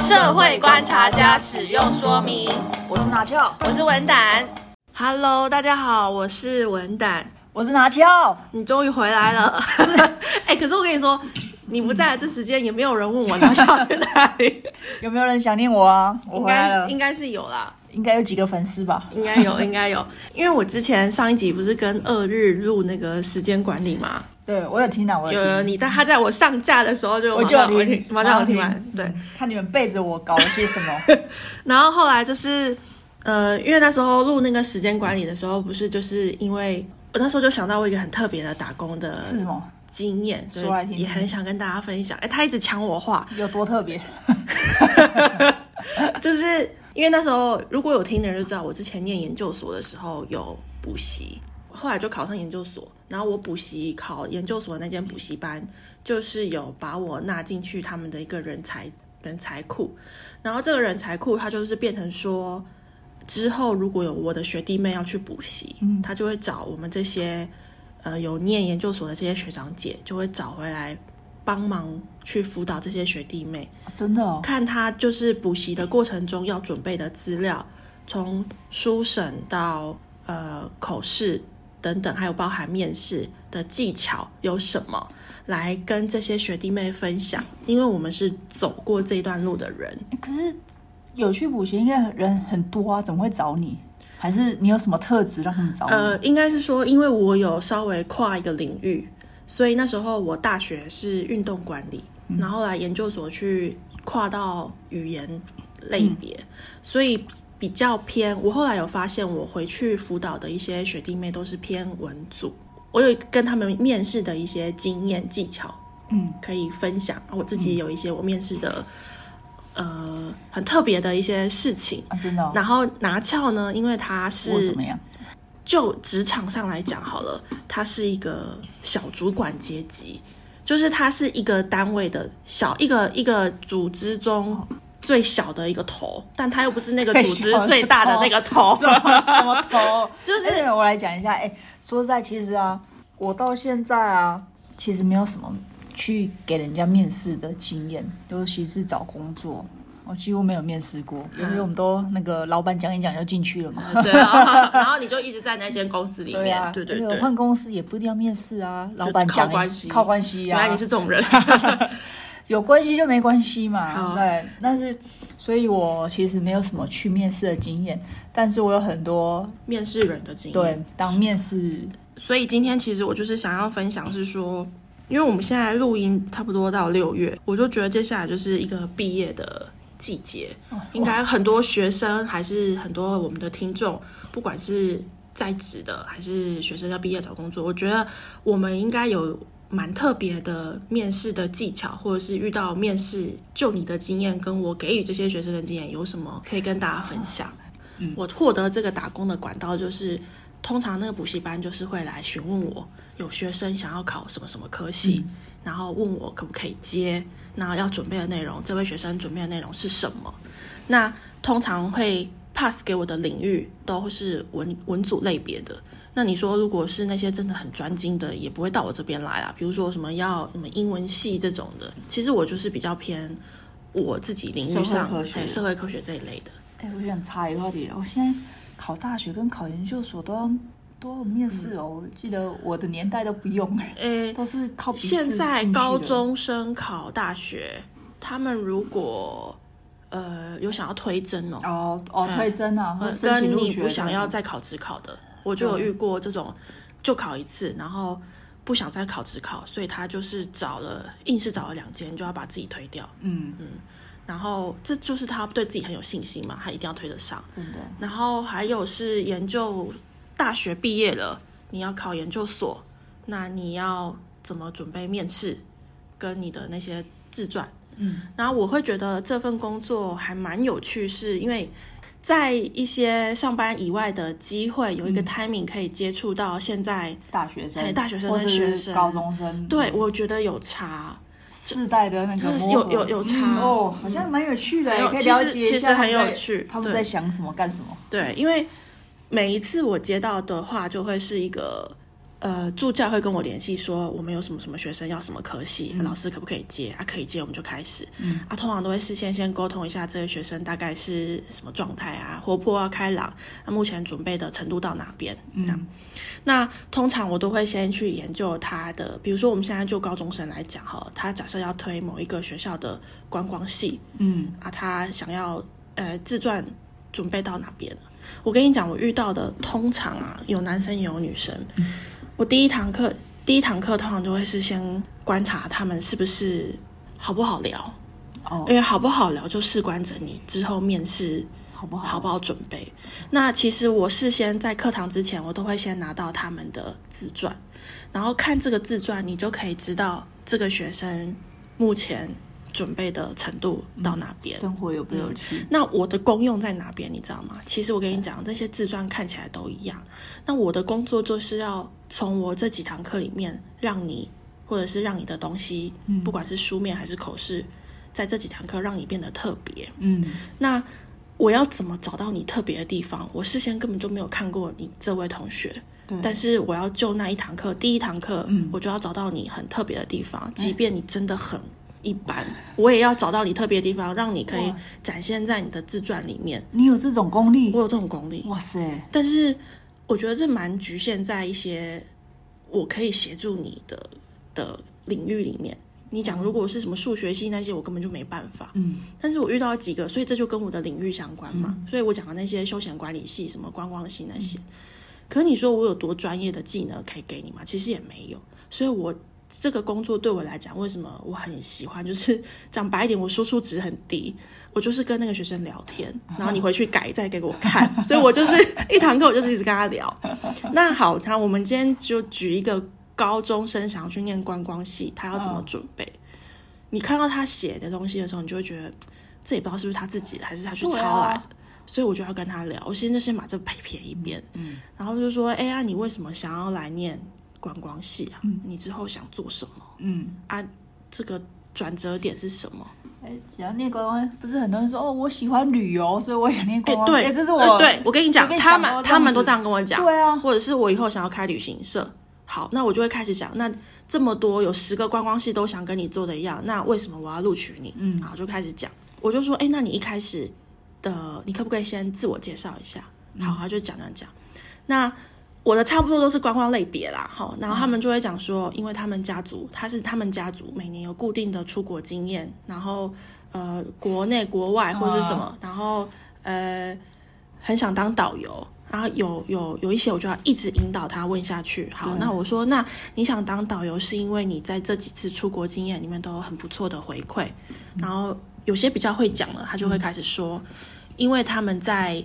社会观察家使用说明。我是拿翘，我是文胆。Hello，大家好，我是文胆。我是拿翘，你终于回来 了。哎、可是我跟你说，你不在的这时间，也没有人问我拿下去哪 里。有没有人想念我啊？我应回来该了应，该是有啦，应该有几个粉丝吧？应该 有，应该有。因为我之前上一集不是跟二日录那个时间管理嘛，对我有听啊，我有有有听，你，但他在我上架的时候就我马就有上我听，马上有听完，对。看你们背着我搞了些什 么？然后后来就是，呃，因为那时候录那个时间管理的时候，不是就是因为我那时候就想到我一个很特别的打工的是什么？经验，所说来听以听也很想跟大家分享。哎，他一直抢我话，有多 特别？就是因为那时候如果有听的人就知道，我之前念研究所的时候有补习，后来就考上研究所，然后我补习考研究所的那间补习班，就是有把我纳进去他们的一个人才人才库，然后这个人才库它就是变成说。之后如果有我的学弟妹要去补习，嗯，他就会找我们这些呃有念研究所的这些学长姐，就会找回来帮忙去辅导这些学弟妹。真的哦，看他就是补习的过程中要准备的资料，从书审到呃口试等等，还有包含面试的技巧有什么，来跟这些学弟妹分享，因为我们是走过这一段路的人。可是有去补习，应该人很多啊，怎么会找你？还是你有什么特质让他们找你？呃，应该是说，因为我有稍微跨一个领域，所以那时候我大学是运动管理，嗯然后来研究所去跨到语言类嗯别，所以比较偏。我后来有发现，我回去辅导的一些学弟妹都是偏文组，我有跟他们面试的一些经验技巧，嗯，可以分享。我自己有一些我面试的，呃，很特别的一些事情。啊，真的哦，然后拿翘呢，因为他是我怎么样？就职场上来讲好了，他是一个小主管阶级，就是他是一个单位的小一个一个组织中最小的一个头，但他又不是那个组织最大的那个头。什么头？就是哎我来讲一下。哎、说实在，其实啊，我到现在啊，其实没有什么去给人家面试的经验，尤其是找工作，我几乎没有面试过，因为我们都那个老板讲一讲就进去了嘛。 嗯 对 啊，然后你就一直在那间公司里对面，啊，对哎对因为对，换公司也不一定要面试啊，老板讲靠关系靠关系原啊，来你是这种人。啊有关系就没关系好嘛，对。但是，所以我其实没有什么去面试的经验，但是我有很多 面试人的经验，对当面试所以今天其实我就是想要分享是说，因为我们现在录音差不多到六月，我就觉得接下来就是一个毕业的季节，应该很多学生还是很多我们的听众，不管是在职的还是学生要毕业找工作，我觉得我们应该有。蛮特别的面试的技巧，或者是遇到面试，就你的经验跟我给予这些学生的经验有什么可以跟大家分享？我获得这个打工的管道就是，通常那个补习班就是会来询问我，有学生想要考什么什么科系，嗯然后问我可不可以接，那要准备的内容，这位学生准备的内容是什么？那通常会 pass 给我的领域都是文文组类别的。那你说，如果是那些真的很专精的，也不会到我这边来啊啦。比如说什么要什么英文系这种的，其实我就是比较偏我自己领域上社会科学哎社会科学这一类的。哎、我想插一个话题，我现在考大学跟考研究所都要都要面试哦。我记得我的年代都不用，诶都是靠笔试现在进去的高中生考大学，他们如果呃有想要推甄哦，哦哦推甄啊，或呃者申请跟入你学不想要的嗯再考职考的，我就有遇过这种，就考一次，然后不想再考职考，所以他就是找了硬是找了两间，就要把自己推掉。嗯，然后这就是他对自己很有信心嘛，他一定要推得上。真的然后还有是研究大学毕业了，你要考研究所，那你要怎么准备面试，跟你的那些自传。嗯，然后我会觉得这份工作还蛮有趣，是因为在一些上班以外的机会，有一个 timing 可以接触到现在。大学生、哎大学生或跟者学是生高中生，对，我觉得有差，世代的那个就是磨合有有有差嗯哦，好像蛮有趣的，欸很有也可以了其解实一下他们其实很有在趣他们对在想什么干什么。对，因为每一次我接到的话，就会是一个呃，助教会跟我联系说，我们有什么什么学生要什么科系，老师可不可以接？啊，可以接，我们就开始。啊，通常都会事先先沟通一下这个学生大概是什么状态啊，活泼啊，开朗，那、目前准备的程度到哪边？嗯这样。那通常我都会先去研究他的，比如说我们现在就高中生来讲哈，他假设要推某一个学校的观光系，嗯，啊，他想要呃自传准备到哪边了？我跟你讲，我遇到的通常啊，有男生也有女生。我第一堂课，第一堂课通常都会是先观察他们是不是好不好聊，哦因为好不好聊就事关着你之后面试好不好？好不好准备。那其实我事先在课堂之前，我都会先拿到他们的自传，然后看这个自传，你就可以知道这个学生目前准备的程度到哪边。生活有不嗯有趣？那我的功用在哪边，你知道吗？其实我跟你讲，这些自传看起来都一样。那我的工作就是要从我这几堂课里面，让你或者是让你的东西，不管是书面还是口试，在这几堂课让你变得特别。嗯，那我要怎么找到你特别的地方？我事先根本就没有看过你这位同学，对但是我要就那一堂课，第一堂课，我就要找到你很特别的地方，即便你真的很一般，我也要找到你特别的地方，让你可以展现在你的自传里面。你有这种功力我？有这种功力，哇塞，但是我觉得这蛮局限在一些我可以协助你的的领域里面。你讲如果是什么数学系那些，我根本就没办法。嗯，但是我遇到几个，所以这就跟我的领域相关嘛。所以我讲的那些休闲管理系、什么观光系那些，可你说我有多专业的技能可以给你吗？其实也没有。所以我这个工作对我来讲，为什么我很喜欢？就是讲白一点，我输出值很低，我就是跟那个学生聊天，然后你回去改再给我看。所以我就是 一堂课，我就是一直跟他聊。那好，那我们今天就举一个高中生想要去念观光系，他要怎么准备？你看到他写的东西的时候，你就会觉得嗯这也不知道是不是他自己的，还是他去抄对来啊的。所以我就要跟他聊，我现在就先把这撇撇一边，嗯，然后就说，哎、呀、你为什么想要来念观光系啊？你之后想做什么？嗯，啊，这个转折点是什么？哎，只要念观光，不是很多人说哦，我喜欢旅游，所以我想念哎、观光。对，哎这是我、哎对我跟你讲随，便他想到们这他们样都子这样跟我讲，对啊，或者是我以后想要开旅行社，好，那我就会开始想，那这么多有十个观光系都想跟你做的一样，那为什么我要录取你？嗯，好，就开始讲，我就说，哎、那你一开始的，你可不可以先自我介绍一下？好，他就讲讲讲，那。我的差不多都是观光类别啦，好，然后他们就会讲说，因为他们家族，他是他们家族每年有固定的出国经验，然后呃，国内国外或是什么，然后呃，很想当导游，然后有有有一些我就要一直引导他问下去。好，那我说，那你想当导游是因为你在这几次出国经验里面都有很不错的回馈，然后有些比较会讲了，他就会开始说，因为他们在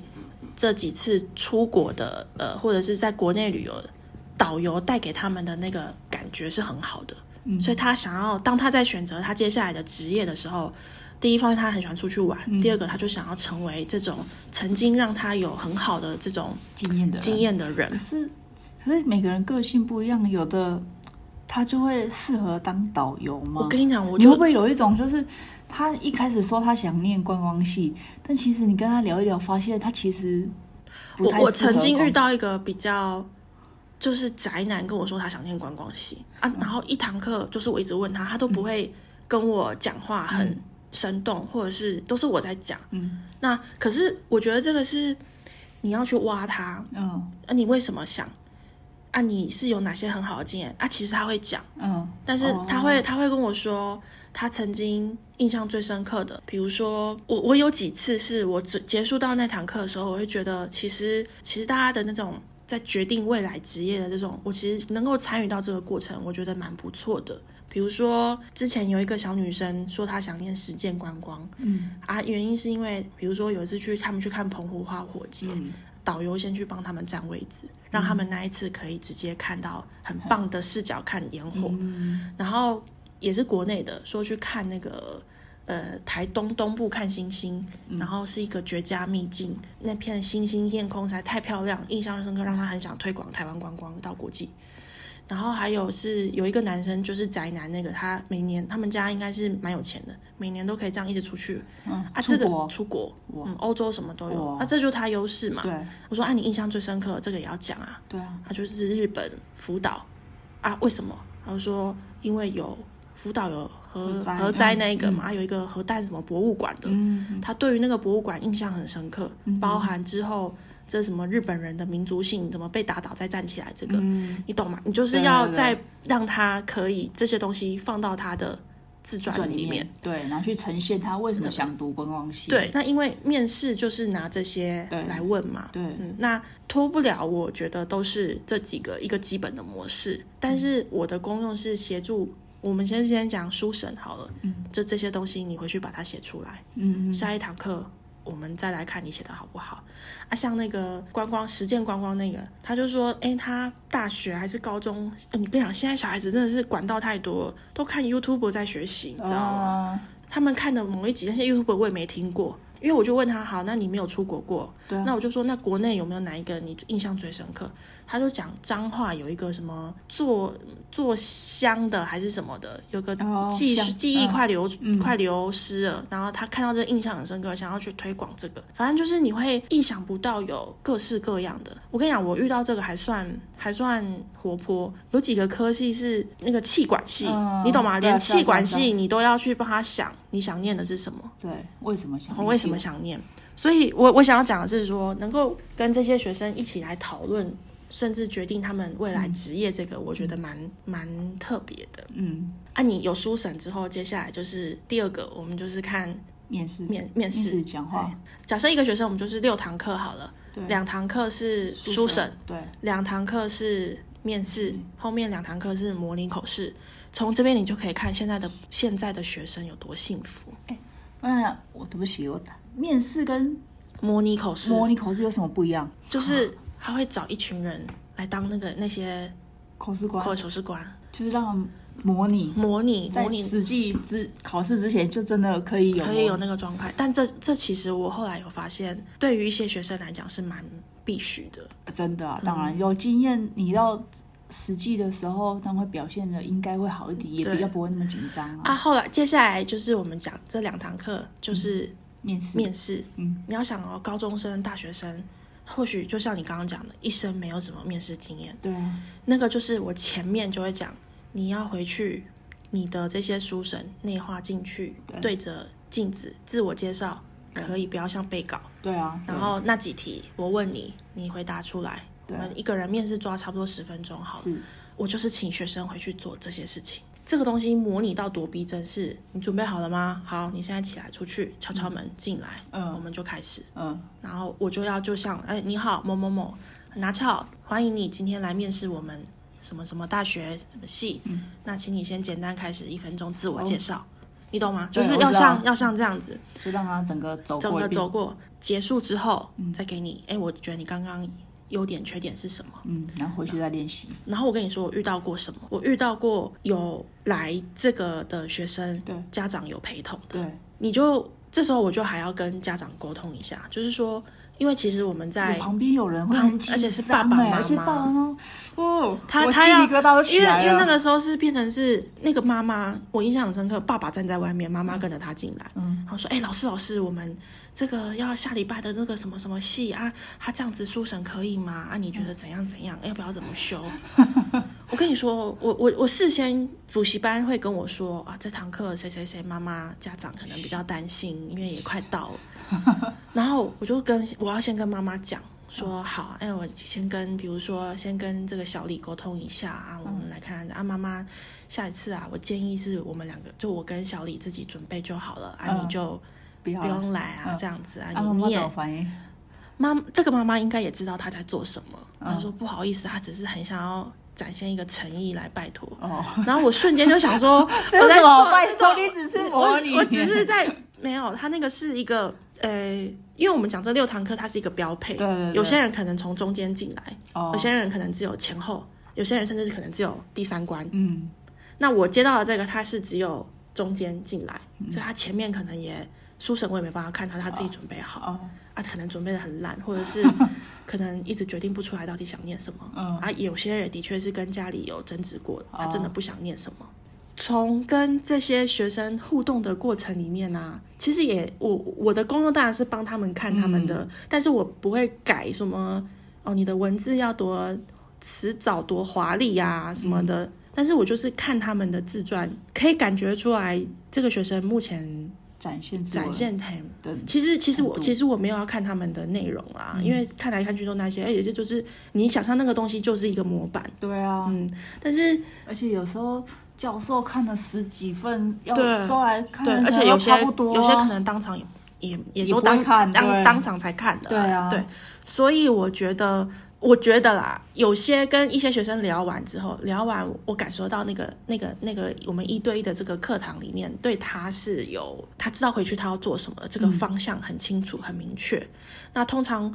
这几次出国的呃，或者是在国内旅游，导游带给他们的那个感觉是很好的，所以他想要当他在选择他接下来的职业的时候。第一方面，他很喜欢出去玩；第二个，他就想要成为这种曾经让他有很好的这种经验的人经验的人可。是，可是每个人个性不一样，有的他就会适合当导游吗？我跟你讲，我你会不就会有一种就是他一开始说他想念观光系，但其实你跟他聊一聊，发现他其实不我太我适合曾经观遇到一个比较就是宅男跟我说他想念观光系啊，嗯然后一堂课就是我一直问他，他都不会跟我讲话很生动，或者是都是我在讲。嗯，那可是我觉得这个是你要去挖他，嗯啊，你为什么想？啊，你是有哪些很好的经验啊？其实他会讲。嗯但是他会、他会跟我说，他曾经印象最深刻的，比如说我我有几次是我只结束到那堂课的时候，我会觉得其实其实大家的那种在决定未来职业的这种，我其实能够参与到这个过程，我觉得蛮不错的。比如说，之前有一个小女生说她想念实践观光，嗯啊，原因是因为，比如说有一次去他们去看澎湖花火节，导游先去帮他们占位置，让他们那一次可以直接看到很棒的视角看烟火，然后也是国内的，说去看那个呃台东东部看星星，嗯然后是一个绝佳秘境，那片星星夜空实在太漂亮，印象深刻，让他很想推广台湾观光到国际。然后还有是有一个男生就是宅男那个，他每年他们家应该是蛮有钱的，每年都可以这样一直出去嗯啊，出这个国出国，嗯，欧洲什么都有，哇啊，这就是他优势嘛。对我说啊，你印象最深刻这个也要讲啊，对啊，他就是日本福岛啊，为什么？他就说因为有福岛有核核灾核灾嗯那一个嘛，啊有一个核弹什么博物馆的，他对于那个博物馆印象很深刻，包含之后这什么日本人的民族性怎么被打倒再站起来，这个、你懂吗？你就是对要对对再让他可以这些东西放到他的自传里面。对，然后去呈现他为什么想读观光系。对，那因为面试就是拿这些对来问嘛，对，嗯，那脱不了，我觉得都是这几个一个基本的模式。但嗯是我的功用是协助，我们先先讲书审好了，嗯，就这些东西你回去把它写出来，嗯，下一堂课我们再来看你写的好不好。啊，像那个观光实践观光那个，他就说，哎，他大学还是高中，呃你不想现在小孩子真的是管道太多了，都看 YouTube 在学习，你知道吗？啊，他们看的某一集，那些 YouTube 我也没听过，因为我就问他，好，那你没有出国过？对啊那我就说，那国内有没有哪一个你印象最深刻？他就讲彰化有一个什么做做香的还是什么的，有个哦技术、像技艺嗯快流、快流失了，然后他看到这个印象很深刻，想要去推广这个。反正就是你会意想不到有各式各样的。我跟你讲，我遇到这个还算还算活泼，有几个科系是那个气管系，嗯你懂吗？对啊连知道气管知道系你都要去帮他想，你想念的是什么？对，为什么想？哦我为什么？想念？所以我我想要讲的是说，能够跟这些学生一起来讨论，甚至决定他们未来职业，这个、我觉得蛮蛮特别的。嗯，啊，你有书审之后，接下来就是第二个，我们就是看面试，面面面试。哎试讲话，假设一个学生，我们就是六堂课好了，对两堂课是书审，，对，两堂课是面试，嗯后面两堂课是模拟口试。从这边你就可以看现在的现在的学生有多幸福。嗯，我对不起，我打面试跟模拟口试，模拟口试有什么不一样？就是他会找一群人来当那个那些口试官口手试官，就是让模拟模拟模在拟实际之考试之前就真的可以有可以有那个状态。但这这其实我后来有发现，对于一些学生来讲是蛮必须的。真的啊，嗯当然有经验，你到实际的时候，那会表现的应该会好一点，也嗯对比较不会那么紧张啊。啊，后来接下来就是我们讲这两堂课就是面试，面试，嗯，你要想哦，高中生、大学生。或许就像你刚刚讲的，一生没有什么面试经验，对啊，那个就是我前面就会讲，你要回去你的这些书神内化进去，对着镜子自我介绍，可以不要像被告。对啊，然后那几题我问你，你回答出来。我们一个人面试抓差不多十分钟好了是，我就是请学生回去做这些事情。这个东西模拟到多逼真是，你准备好了吗？好，你现在起来出去敲敲门进来，嗯我们就开始。嗯，然后我就要就像，哎，你好，某某某，拿翘，欢迎你今天来面试我们什么什么大学什么系。嗯那请你先简单开始一分钟自我介绍，你懂吗？就哦对是我要知道像要像这样子，就让他整个走整过一嗯个遍走过结束之后，再给你，哎，我觉得你刚刚优点缺点是什么？嗯，然后回去再练习。然后我跟你说，我遇到过什么？我遇到过有来这个的学生，对家长有陪同的，对，你就这时候我就还要跟家长沟通一下，就是说，因为其实我们在旁边有人会旁很紧张欸，而且是爸爸妈妈而且爸爸妈妈，哦，他我他鸡要皮疙瘩都起因为来因为那了个时候是变成是那个妈妈，我印象很深刻，爸爸站在外面，妈妈跟着他进来，嗯，然后说，哎、老师老师，我们这个要下礼拜的那个什么什么戏啊，他这样子书审可以吗？啊，你觉得怎样怎样？要不要怎么修？ 我跟你说，我我我事先补习班会跟我说啊，这堂课谁谁谁妈妈家长可能比较担心，因为也快到了。然后我就跟我要先跟妈妈讲说好，哎，我先跟比如说先跟这个小李沟通一下啊，我们来看啊，妈妈下一次啊，我建议是我们两个就我跟小李自己准备就好了啊，嗯你就不要不了用来啊，这样子啊，啊，你妈妈你怎也么反应？妈这个妈妈应该也知道她在做什么，嗯她说不好意思，她只是很想要展现一个诚意来拜托。哦，然后我瞬间就想说， 这 我有在什么做拜在托？做你只是模我拟，我只是 在没有，他那个是一个呃，因为我们讲这六堂课，它是一个标配。对对对有些人可能从中间进来，哦有些人可能只有前后，有些人甚至可能只有第三关。嗯，那我接到的这个，它是只有中间进来，所以他前面可能也书审我也没办法看他，他自己准备好、哦 啊，可能准备的很烂，或者是可能一直决定不出来到底想念什么。嗯啊，有些人的确是跟家里有争执过的，他哦真的不想念什么。从跟这些学生互动的过程里面呢、其实也我我的功用当然是帮他们看他们嗯的，但是我不会改什么哦，你的文字要多词藻多华丽呀、什么嗯的。但是我就是看他们的自传，可以感觉出来这个学生目前展现自我展现很的其实其实我程度其实我没有要看他们的内容啦，因为看来看去都那些，而且是就是你想象那个东西就是一个模板，对啊，嗯，但是而且有时候教授看了十几份，要对收来看，对，而且有些差不多啊、有些可能当场也也也也都不当会看当对当场才看的，对啊对，所以我觉得我觉得啦，有些跟一些学生聊完之后，聊完我感受到那个那个那个我们一对一的这个课堂里面，对他是有他知道回去他要做什么了，嗯这个方向很清楚很明确。那通常。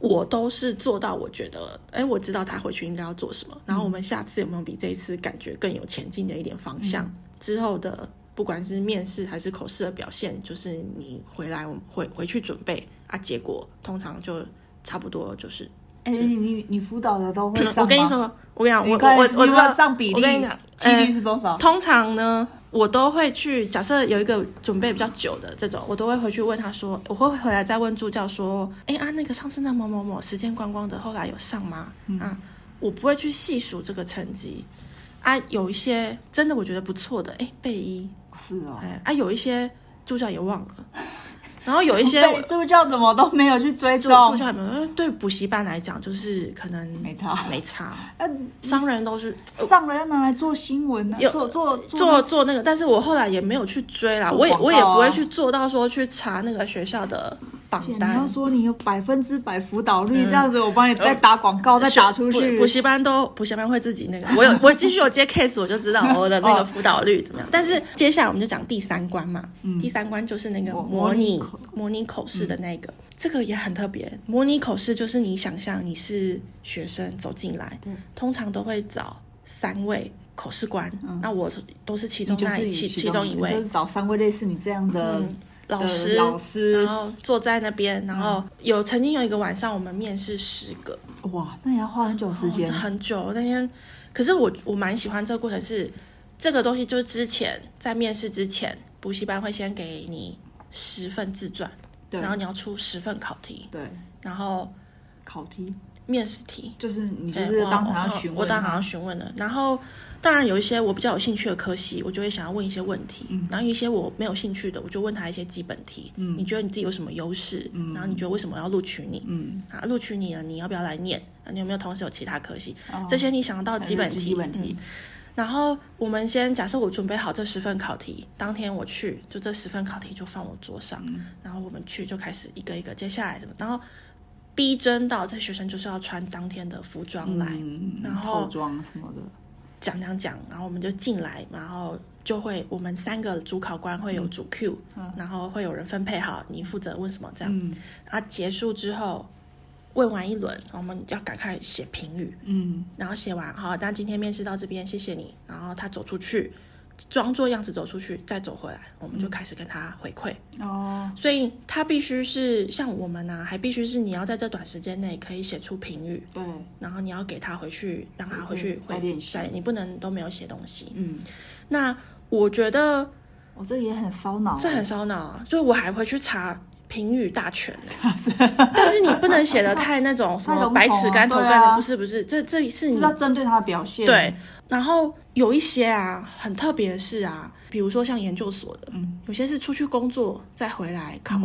我都是做到，我觉得，哎，我知道他回去应该要做什么。嗯然后我们下次有没有比这一次感觉更有前进的一点方向？嗯之后的不管是面试还是口试的表现，就是你回来我们回回去准备啊，结果通常就差不多就是。哎、你你你辅导的都会上吗？我跟你说，我跟你讲，你我看，我我你知如果道上比例，我跟你讲，几率呃，是多少？通常呢。我都会去，假设有一个准备比较久的这种，我都会回去问他说，我会回来再问助教说，哎啊，那个上次那某某某时间观光的，后来有上吗？嗯啊，我不会去细数这个成绩，啊，有一些真的我觉得不错的，哎，背一，是哦，哎，啊，有一些助教也 忘了，然后有一些被助教怎么都没有去追助踪助，教也没有，因为对补习班来讲，就是可能没差。没差，呃，商人都是上了要拿来做新闻啊，做做做做那个，但是我后来也没有去追啦，做我也广告我也不会啊去做到说去查那个学校的榜你单要。说你有百分之百辅导嗯率，这样子我帮你再打广告，再打出补去补。习班都补习班会自己那个，我有我继续 有接 case，我就知道哦我的那哦个辅导率怎么样。但是接下来我们就讲第三关嘛，第三关就是那个嗯模模拟模拟口嗯模拟口试的那个，这个也很特别。模拟口试就是你想象你是学生走进来对，通常都会找三位口试官，那我都是其嗯你中就那是一其其中一位嗯就是找三位类似你这样的呃老师，老师嗯然，后坐在那边，然后有曾经有一个晚上，我们面试十个，哇，那也要花很久时间哦、。很久那天。可是我我蛮喜欢这个过程是，这个东西就是之前在面试之前，补习班会先给你十份自传，对然后你要出十份考题，对，然后考题面试题，就是你就对是哎我当场要询我问，啊当场要询问了。然后当然有一些我比较有兴趣的科系，我就会想要问一些问题。嗯然后有一些我没有兴趣的，我就问他一些基本题。嗯，你觉得你自己有什么优势？嗯，然后你觉得为什么要录取你？嗯，啊，录取你了，你要不要来念？啊，你有没有同时有其他科系？哦这些你想得到基本题，基哎本嗯题，然后我们先假设我准备好这十份考题，当天我去，就这十份考题就放我桌上，嗯然后我们去就开始一个一个，接下来什么，然后逼真到这学生就是要穿当天的服装来，嗯然后套装什么的，讲讲讲，然后我们就进来，然后就会我们三个主考官会有主 Q，、然后会有人分配好，你负责问什么这样。然后结束之后，问完一轮，我们要赶快写评语，嗯，然后写完好，那今天面试到这边，谢谢你。然后他走出去，装作样子走出去，再走回来，我们就开始跟他回馈。哦，所以他必须是像我们啊呢、还必须是你要在这短时间内可以写出评语，对，然后你要给他回去，让他回去嗯再练习你不能都没有写东西。嗯，那我觉得我这也很烧脑，这很烧脑啊，所以我还会去查评语大全呢、 但是你不能写的太那种什太么笼统啊白纸干头干对的，啊不是不是，这这是就你是要针对啊他的表现，对，然后有一些啊，很特别的是啊，比如说像研究所的，嗯有些是出去工作再回来考，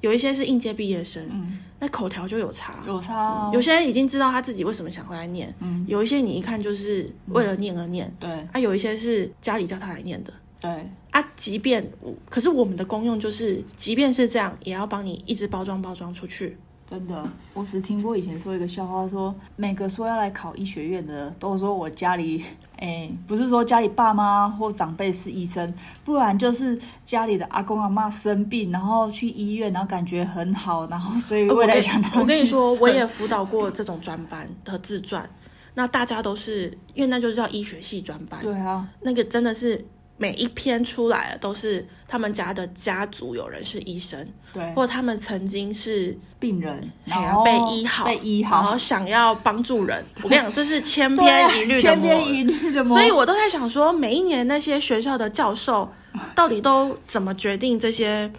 有一些是应届毕业生，嗯那口条就有差。有差哦，嗯有些人已经知道他自己为什么想回来念，有一些你一看就是为了念而念，对啊，有一些是家里叫他来念的，对，啊，即便我可是我们的功用就是，即便是这样，也要帮你一直包装包装出去，真的，我只听过以前说一个笑话说每个说要来考医学院的，都说我家里， 哎、不是说家里爸妈或长辈是医生，不然就是家里的阿公阿妈生病，然后去医院，然后感觉很好，然后所以啊我未来跟想当哦我跟你说，医生我也辅导过这种专班的自传，那大家都是因为那就是叫医学系专班， 对啊，那个真的是每一篇出来的都是他们家的家族有人是医生，对，或者他们曾经是病人哎然呀后被医好，哦哦被医然好后，想要帮助人。我跟你讲，这是千对啊篇一 律的千魔篇人。一律的魔，所以我都在想说，每一年那些学校的教授到底都怎么决定这些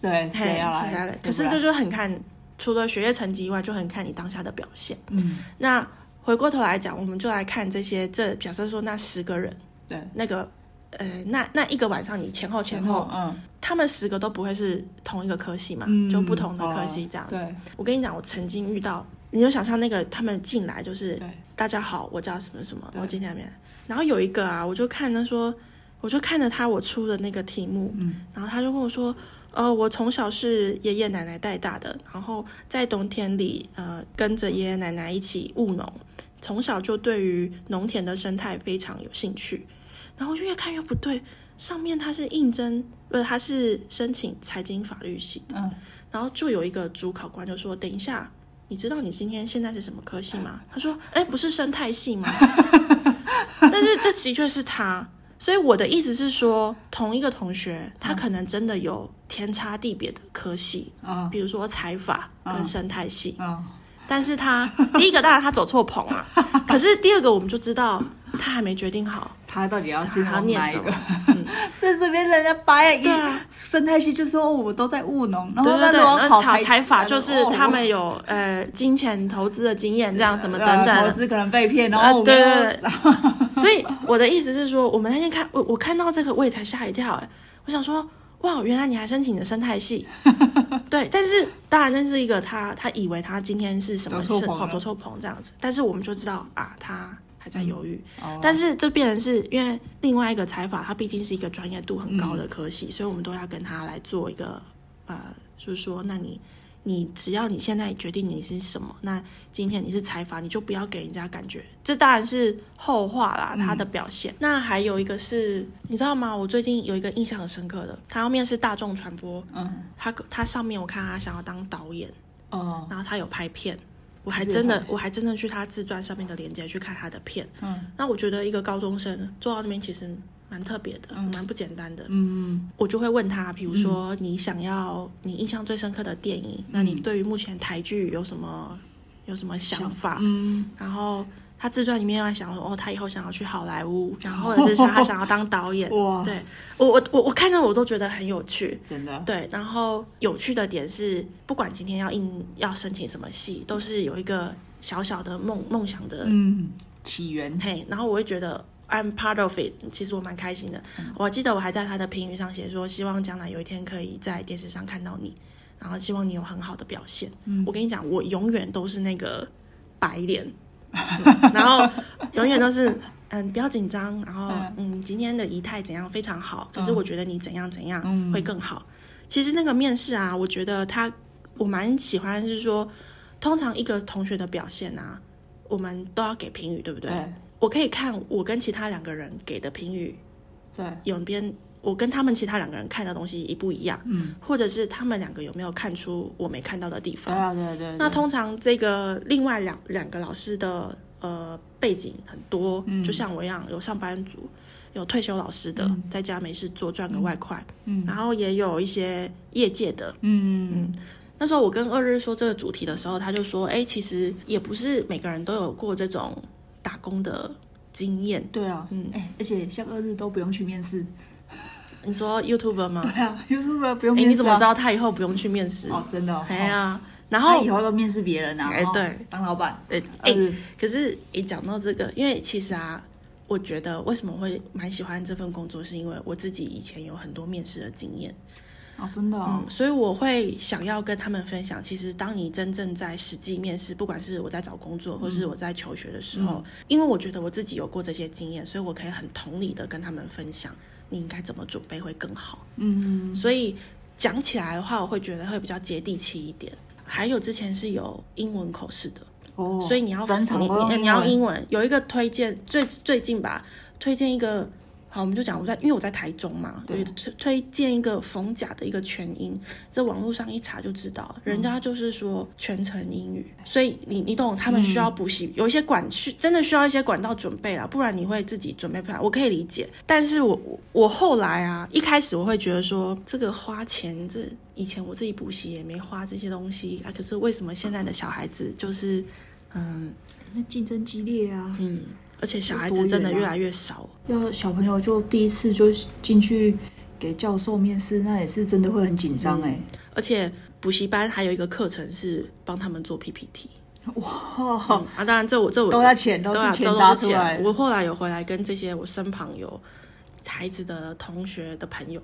对嘿谁要谁要来？可是这就很看，除了学业成绩以外，就很看你当下的表现。嗯，那回过头来讲，我们就来看这些，这假设说那十个人，对那个呃，那那一个晚上你前后前后，嗯他们十个都不会是同一个科系嘛，嗯就不同的科系这样子。对我跟你讲，我曾经遇到，你就想象那个他们进来就是对，大家好，我叫什么什么，对我今天面，然后有一个啊，我就看他说，我就看着他我出的那个题目，嗯然后他就跟我说。呃，我从小是爷爷奶奶带大的，然后在农田里，呃，跟着爷爷奶奶一起务农，从小就对于农田的生态非常有兴趣。然后越看越不对，上面他是应征，不是他是申请财经法律系，嗯，然后就有一个主考官就说：“等一下，你知道你今天现在是什么科系吗？”他说：“哎，不是生态系吗？” 但是这的确是他，所以我的意思是说，同一个同学，他可能真的有天差地别的科系，嗯比如说财法跟生态系，嗯但是他第一个当然他走错棚 了，可是第二个我们就知道他还没决定好，他到底要去他要弄念哪一什个 么？？这随便人家掰一对啊生态系就说哦我都在务农，然后对对那对，如果那考财财法财就是他们有呃金钱投资的经验，这样怎么 呃等等的，投资可能被骗，然啊后我们对要对 对，所以我的意思是说，我们那天看我我看到这个，我也才吓一跳、哎，我想说，哇，原来你还申请了生态 系，对，但是当然那是一个他他以为他今天是什么走错事棚了哦走错棚这样子，但是我们就知道啊，他还在犹豫，哦但是这变成是因为另外一个财法，它毕竟是一个专业度很高的科嗯系，所以我们都要跟他来做一个呃，就是说，那你。你只要你现在决定你是什么，那今天你是财阀，你就不要给人家感觉，这当然是后话啦，他的表现。那还有一个是，你知道吗？我最近有一个印象很深刻的，他要面试大众传播，嗯他他上面我看他想要当导演，哦然后他有拍片，我还自己真的拍我还真的去他自传上面的链接去看他的片。嗯那我觉得一个高中生做到那边其实蛮特别的，蛮不简单的。嗯我就会问他，比如说你想要你印象最深刻的电影，那嗯你对于目前台剧有什么有什么想法？嗯然后他自传里面还想说，哦，他以后想要去好莱坞，然后或者是想他想要当导演。 哇，对我我我我看着我都觉得很有趣。真的对，然后有趣的点是，不管今天要应要申请什么戏，都是有一个小小的梦梦想的嗯起源嘿，然后我会觉得 I'm part of it，其实我蛮开心的。我记得我还在他的评语上写说，希望将来有一天可以在电视上看到你，然后希望你有很好的表现。我跟你讲，我永远都是那个白脸，嗯然后永远都是。嗯，不要紧张。然后，嗯，你今天的仪态怎样非常好。可是我觉得你怎样怎样会更好。其实那个面试啊，我觉得他我蛮喜欢，是说通常一个同学的表现啊，我们都要给评语，对不对？对我可以看我跟其他两个人给的评语对啊有边，我跟他们其他两个人看的东西一不一样，嗯，或者是他们两个有没有看出我没看到的地对方。啊对对那对通常这个另外两两个老师的呃背景很多，嗯就像我一样，有上班族，有退休老师的，在家没事做赚个外快，嗯，然后也有一些业界的，嗯那时候我跟二日说这个主题的时候，他就说：“哎、其实也不是每个人都有过这种打工的经验。对啊嗯哎而且像二日都不用去面试，” 你说 YouTuber 吗？对啊 YouTube 不用哎、面试啊，你怎么知道他以后不用去面试？哦真的哦哎呀、然然后后以后都面试别人啊，哎哦对，当老板，哎、哎哎，可是一讲到这个，因为其实啊，我觉得为什么会蛮喜欢这份工作，是因为我自己以前有很多面试的经验。哦真的哦嗯，所以我会想要跟他们分享，其实当你真正在实际面试，不管是我在找工作，或是我在求学的时候，嗯因为我觉得我自己有过这些经验，所以我可以很同理的跟他们分享，你应该怎么准备会更好。嗯所以讲起来的话，我会觉得会比较接地气一点。还有之前是有英文口试的，哦，所以你要哎整场你都用你文你要英文。有一个推荐，最最近吧，推荐一个好，我们就讲我在，因为我在台中嘛，对有推推荐一个逢甲的一个全英，在网络上一查就知道，人嗯家就是说全程英语，所以你你懂，他们需要补习，嗯有一些管需真的需要一些管道准备啦，不然你会自己准备不来，我可以理解。但是我我我后来啊，一开始我会觉得说这个花钱这。以前我自己补习也没花这些东西啊，可是为什么现在的小孩子就是，嗯那竞争激烈啊，嗯，而且小孩子真的越来越少，要小朋友就第一次就进去给教授面试，那也是真的会很紧张哎。而且补习班还有一个课程是帮他们做 PPT。哇，嗯啊，当然这我这我哦都要钱，都对啊，是钱这砸都出是来钱。的。我后来有回来跟这些我身旁有孩子的同学的朋友，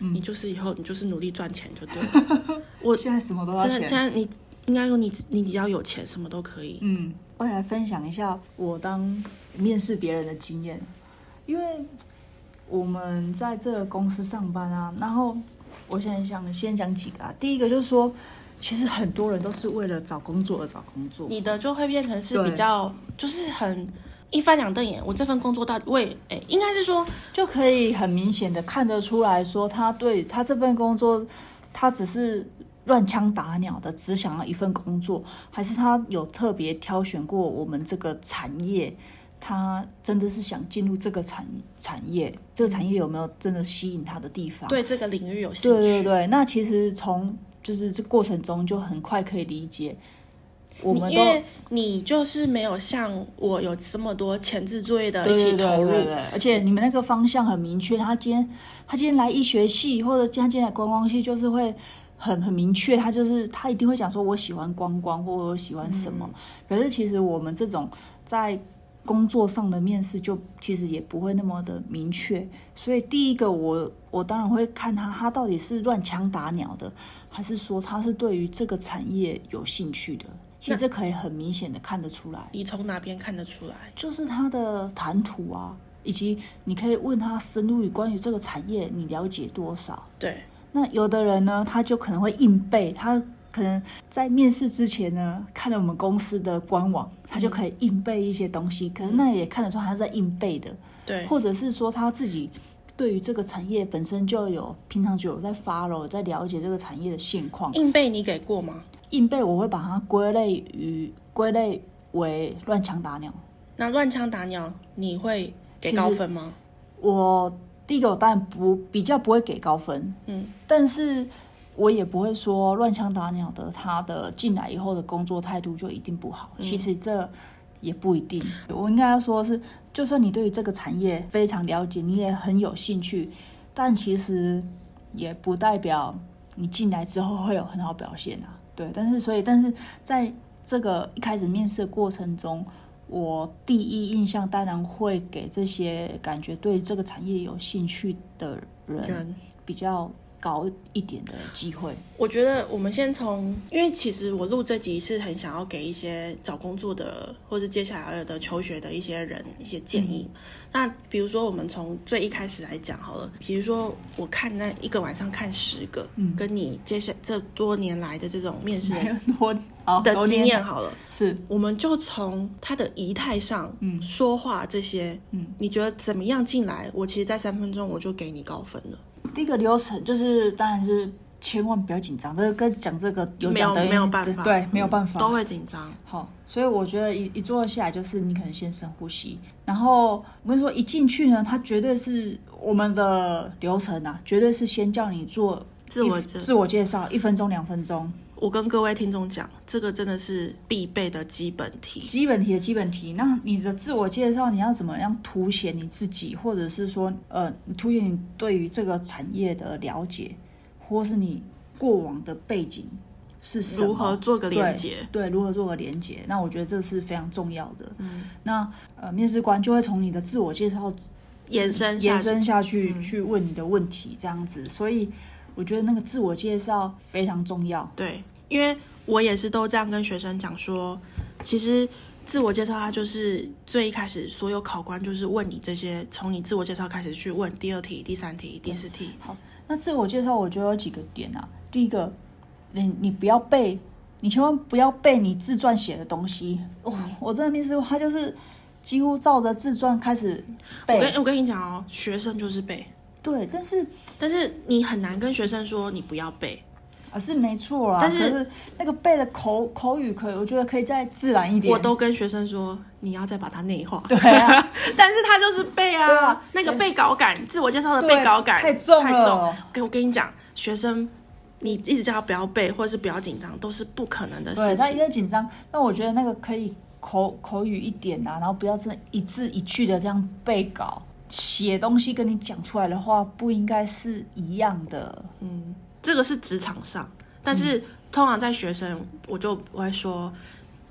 嗯你就是以后你就是努力赚钱就对 了。我现在什么都要真的，现钱。在你应该说你你只要有钱，什么都可以。嗯，我也来分享一下我当面试别人的经验，因为我们在这个公司上班啊，然后我现在想先讲几个啊。第一个就是说，其实很多人都是为了找工作而找工作。你的就会变成是对比较就是很一翻两瞪眼，我这份工作到底为哎，应该是说就可以很明显的看得出来说，他对他这份工作，他只是乱枪打鸟的，只想要一份工作，还是他有特别挑选过我们这个产业，他真的是想进入这个产产业，这个产业有没有真的吸引他的地方？对这个领域有兴啊对趣。对对，那其实从就是这过程中就很快可以理解，我们你都因为你就是没有像我有这么多前置作业的一对起对对投入，对对而且你们那个方向很明确。他今天他今天来医学系，或者他今天来观光系，就是会很很明确，他就是他一定会讲说我喜欢观光，或我喜欢什嗯么。可是其实我们这种在工作上的面试，就其实也不会那么的明确。所以第一个我我当然会看他，他到底是乱枪打鸟的，还是说他是对于这个产业有兴趣的。其实这可以很明显的看得出来。你从哪边看得出来？就是他的谈吐啊，以及你可以问他深入于关于这个产业你了解多少。对，那有的人呢，他就可能会硬背，他可能在面试之前呢，看了我们公司的官网，他就可以硬背一些东西，可是那也看得出他是在硬背的，对，或者是说他自己。对于这个产业本身就有平常就有在 follow，在了解这个产业的现况，硬背你给过吗？硬背我会把它归类于归类为乱枪打鸟。那乱枪打鸟你会给其实嗯高分吗？我第一个我当然不比较不会给高分，嗯，但是我也不会说乱枪打鸟的，他的进来以后的工作态度就一定不好。其实这也不一定，我应该说是，就算你对于这个产业非常了解，你也很有兴趣，但其实也不代表你进来之后会有很好表现啊。对，但是所以，但是在这个一开始面试的过程中，我第一印象当然会给这些感觉对这个产业有兴趣的人人，比较高一点的机会。我觉得我们先从，因为其实我录这集是很想要给一些找工作的，或是接下来的求学的一些人一些建议。嗯那比如说，我们从最一开始来讲好了，比如说我看那一个晚上看十个，嗯跟你接下这多年来的这种面试 还有多 好的多经年验好了，是我们就从他的仪态上，嗯说话这些，嗯，你觉得怎么样进来？我其实，在三分钟我就给你高分了。第一个流程，就是当然是千万不要紧张，这个跟讲这个有没讲有等于没有办法，嗯对，没有办法，都会紧张。好，所以我觉得一一坐下来，就是你可能先深呼吸，然后我跟你说，一进去呢，它绝对是我们的流程啊，绝对是先叫你做自一我介自我介绍，一分钟、两分钟，我跟各位听众讲，这个真的是必备的基本题。基本题的基本题。那你的自我介绍，你要怎么样凸显你自己，或者是说，呃，你凸显你对于这个产业的了解，或是你过往的背景是什么如何做个连接？对，对，如何做个连接？那我觉得这是非常重要的。嗯，那呃，面试官就会从你的自我介绍延伸下延去，嗯伸下去、去问你的问题，这样子。所以我觉得那个自我介绍非常重要。对，因为我也是都这样跟学生讲说，其实自我介绍它就是最一开始所有考官就是问你这些，从你自我介绍开始去问第二题、第三题、第四题。那自我介绍，我觉得有几个点啊。第一个，你你不要背，你千万不要背你自传写的东西。我我真的面试过，他就是几乎照着自传开始我背。跟我跟你讲哦，学生就是背，对，但是但是你很难跟学生说你不要背。啊是没错啦，但可是是那个背的口口语可以，我觉得可以再自然一点。我都跟学生说你要再把它内化，对啊， 但是他就是背啊，对啊那个背稿感，自我介绍的对背稿感太重太了重。给我跟你讲，学生你一直叫他不要背，或者是不要紧张，都是不可能的对事他一情。直紧张，但我觉得那个可以口口语一点啊，然后不要真的一字一句的这样背稿。写东西跟你讲出来的话不应该是一样的，这个是职场上，但是通常在学生，我就我会说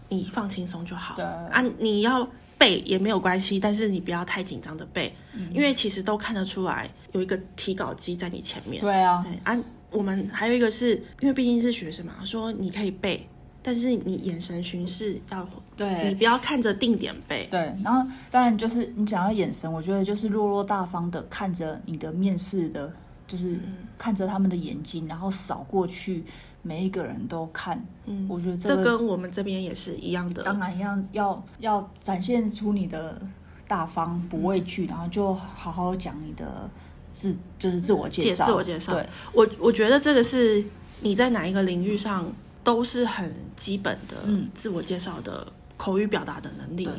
你放轻松就好对啊，你要。背也没有关系，但是你不要太紧张的背，嗯因为其实都看得出来有一个提稿机在你前面。对啊，对啊，我们还有一个是因为毕竟是学生嘛，说你可以背，但是你眼神巡视要，对你不要看着定点背。对，然后当然就是你讲到眼神，我觉得就是落落大方的看着你的面试的，就是嗯看着他们的眼睛，然后扫过去，每一个人都看。嗯，我觉得这这个跟我们这边也是一样的。当然要要要展现出你的大方不畏惧，嗯然后就好好讲你的自就是自我介介绍，自我介绍对我我觉得这个是你在哪一个领域上都是很基本的嗯自我介绍的口语表达的能力对。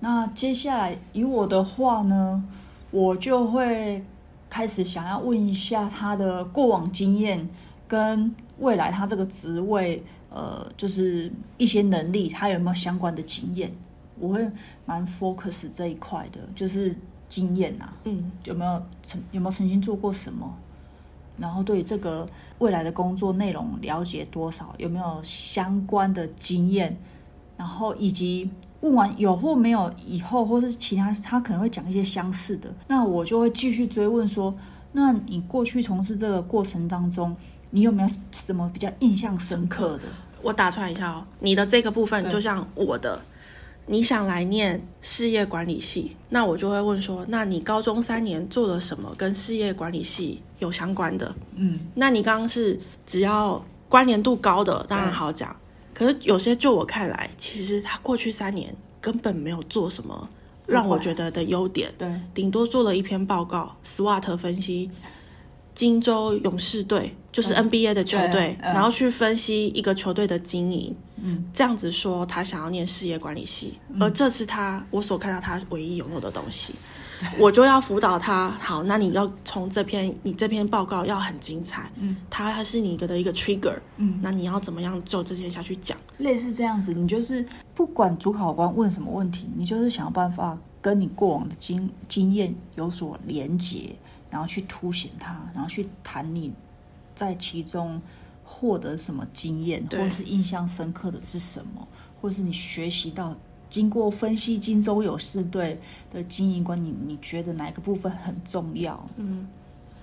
那接下来以我的话呢，我就会开始想要问一下他的过往经验跟未来他这个职位，呃，就是一些能力，他有没有相关的经验？我会蛮 focus 这一块的，就是经验啊，嗯，有没有曾有没有曾经做过什么？然后对于这个未来的工作内容了解多少？有没有相关的经验？然后以及问完有或没有以后，或是其他他可能会讲一些相似的，那我就会继续追问说，那你过去从事这个过程当中，你有没有什么比较印象深刻的？我打断一下哦，你的这个部分对就像我的，你想来念事业管理系，那我就会问说，那你高中三年做了什么跟事业管理系有相关的？嗯，那你刚刚是只要关联度高的，当然好讲。可是有些就我看来，其实他过去三年根本没有做什么让我觉得的优点，对，顶多做了一篇报告，SWOT 分析金州勇士队，就是嗯 NBA 的球队，对嗯然后去分析一个球队的经营。嗯，这样子说他想要念事业管理系，而这是他我所看到他唯一拥有的东西。我就要辅导他，好，那你要从这篇你这篇报告要很精彩，嗯，它还是你的一个 trigger，嗯，那你要怎么样就这些下去讲？类似这样子，你就是不管主考官问什么问题，你就是想办法跟你过往的经经验有所连结，然后去凸显它，然后去谈你在其中获得什么经验，对或是印象深刻的是什么，或是你学习到。经过分析金州勇士队的经营观，你你觉得哪一个部分很重要？嗯，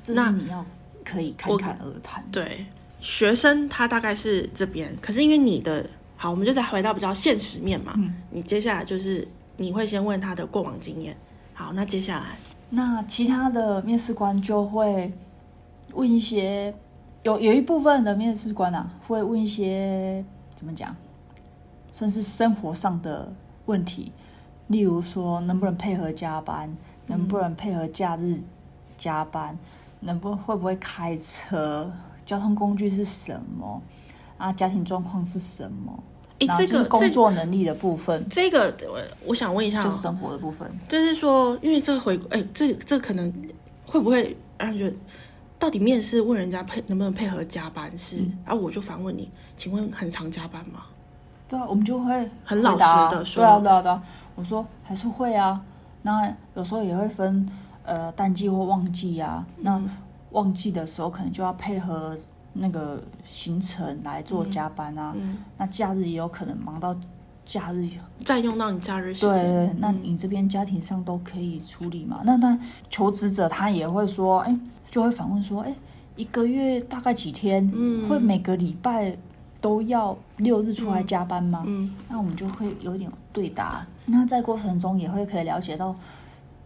这是那你要可以侃侃而谈。对，学生他大概是这边，可是因为你的好，我们就再回到比较现实面嘛。嗯你接下来就是你会先问他的过往经验。好，那接下来那其他的面试官就会问一些，有有一部分的面试官啊，会问一些怎么讲，算是生活上的问题，例如说能不能配合加班，能不能配合假日加班，能不会不会开车，交通工具是什么啊，家庭状况是什么，诶，然后这就是个工这作能力的部分，这个，我我想问一下、就哦，生活的部分。就是说，因为这个回，哎，这这可能会不会让人觉得，到底面试问人家配能不能配合加班是？嗯啊，我就反问你，请问很常加班吗？对啊，我们就会很老回答实地说对啊，对啊，对啊。我说还是会啊，那有时候也会分呃淡季或旺季啊。那旺季的时候可能就要配合那个行程来做嗯加班啊。那假日也有可能忙到假日。占用到你假日时对，间，对那你这边家庭上都可以处理嘛？那那求职者他也会说，哎，就会反问说，哎，一个月大概几天？嗯，会每个礼拜都要六日出来加班吗？嗯，那我们就会有点对答。那在过程中也会可以了解到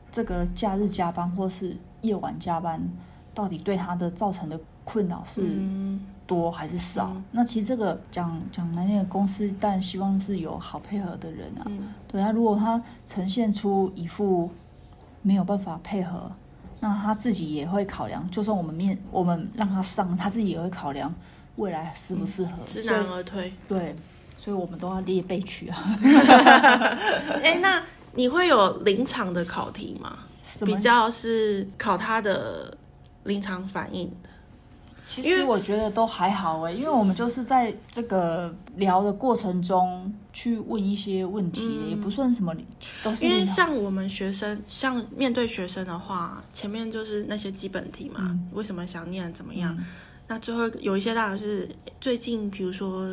这个假日加班或是夜晚加班到底对他的造成的困扰是嗯多还是少？嗯那其实这个讲讲难听的公司，但希望是有好配合的人啊。嗯对他，如果他呈现出一副没有办法配合，那他自己也会考量，就算我们面我们让他上，他自己也会考量未来适不适合。嗯知所以难而退。对，所以我们都要列备取啊。哎，那你会有临场的考题吗？什么比较是考他的临场反应。其因实为我觉得都还好哎、因为我们就是在这个聊的过程中去问一些问题，也不算什么，都嗯是因为临场像我们学生，像面对学生的话，前面就是那些基本题嘛，嗯为什么想念，怎么样？那最后有一些当然是最近，比如说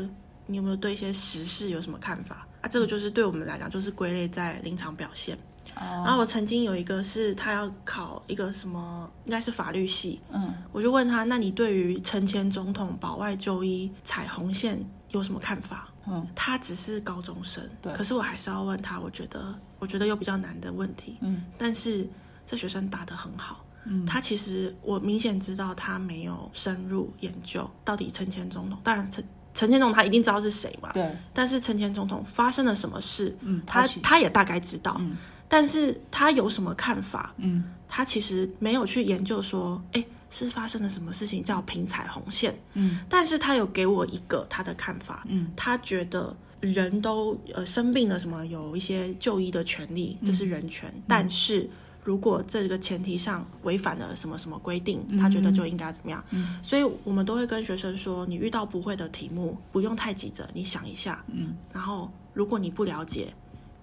你有没有对一些时事有什么看法啊？这个就是对我们来讲，就是归类在临场表现。嗯然后我曾经有一个是他要考一个什么，应该是法律系，嗯，我就问他，那你对于陈前总统保外就医踩红线有什么看法？嗯，他只是高中生，对可是我还是要问他，我觉得我觉得有比较难的问题，嗯，但是这学生答得很好。嗯，他其实我明显知道他没有深入研究到底陈前总统，当然陈陈前总统他一定知道是谁嘛，对，但是陈前总统发生了什么事，嗯，他其他也大概知道，嗯但是他有什么看法？嗯他其实没有去研究说，哎，是发生了什么事情叫平彩红线，嗯但是他有给我一个他的看法，嗯他觉得人都呃生病了什么有一些就医的权利，嗯这是人权，但是。如果这个前提上违反了什么什么规定，嗯他觉得就应该怎么样？所以我们都会跟学生说，你遇到不会的题目，不用太急着，你想一下，嗯然后如果你不了解，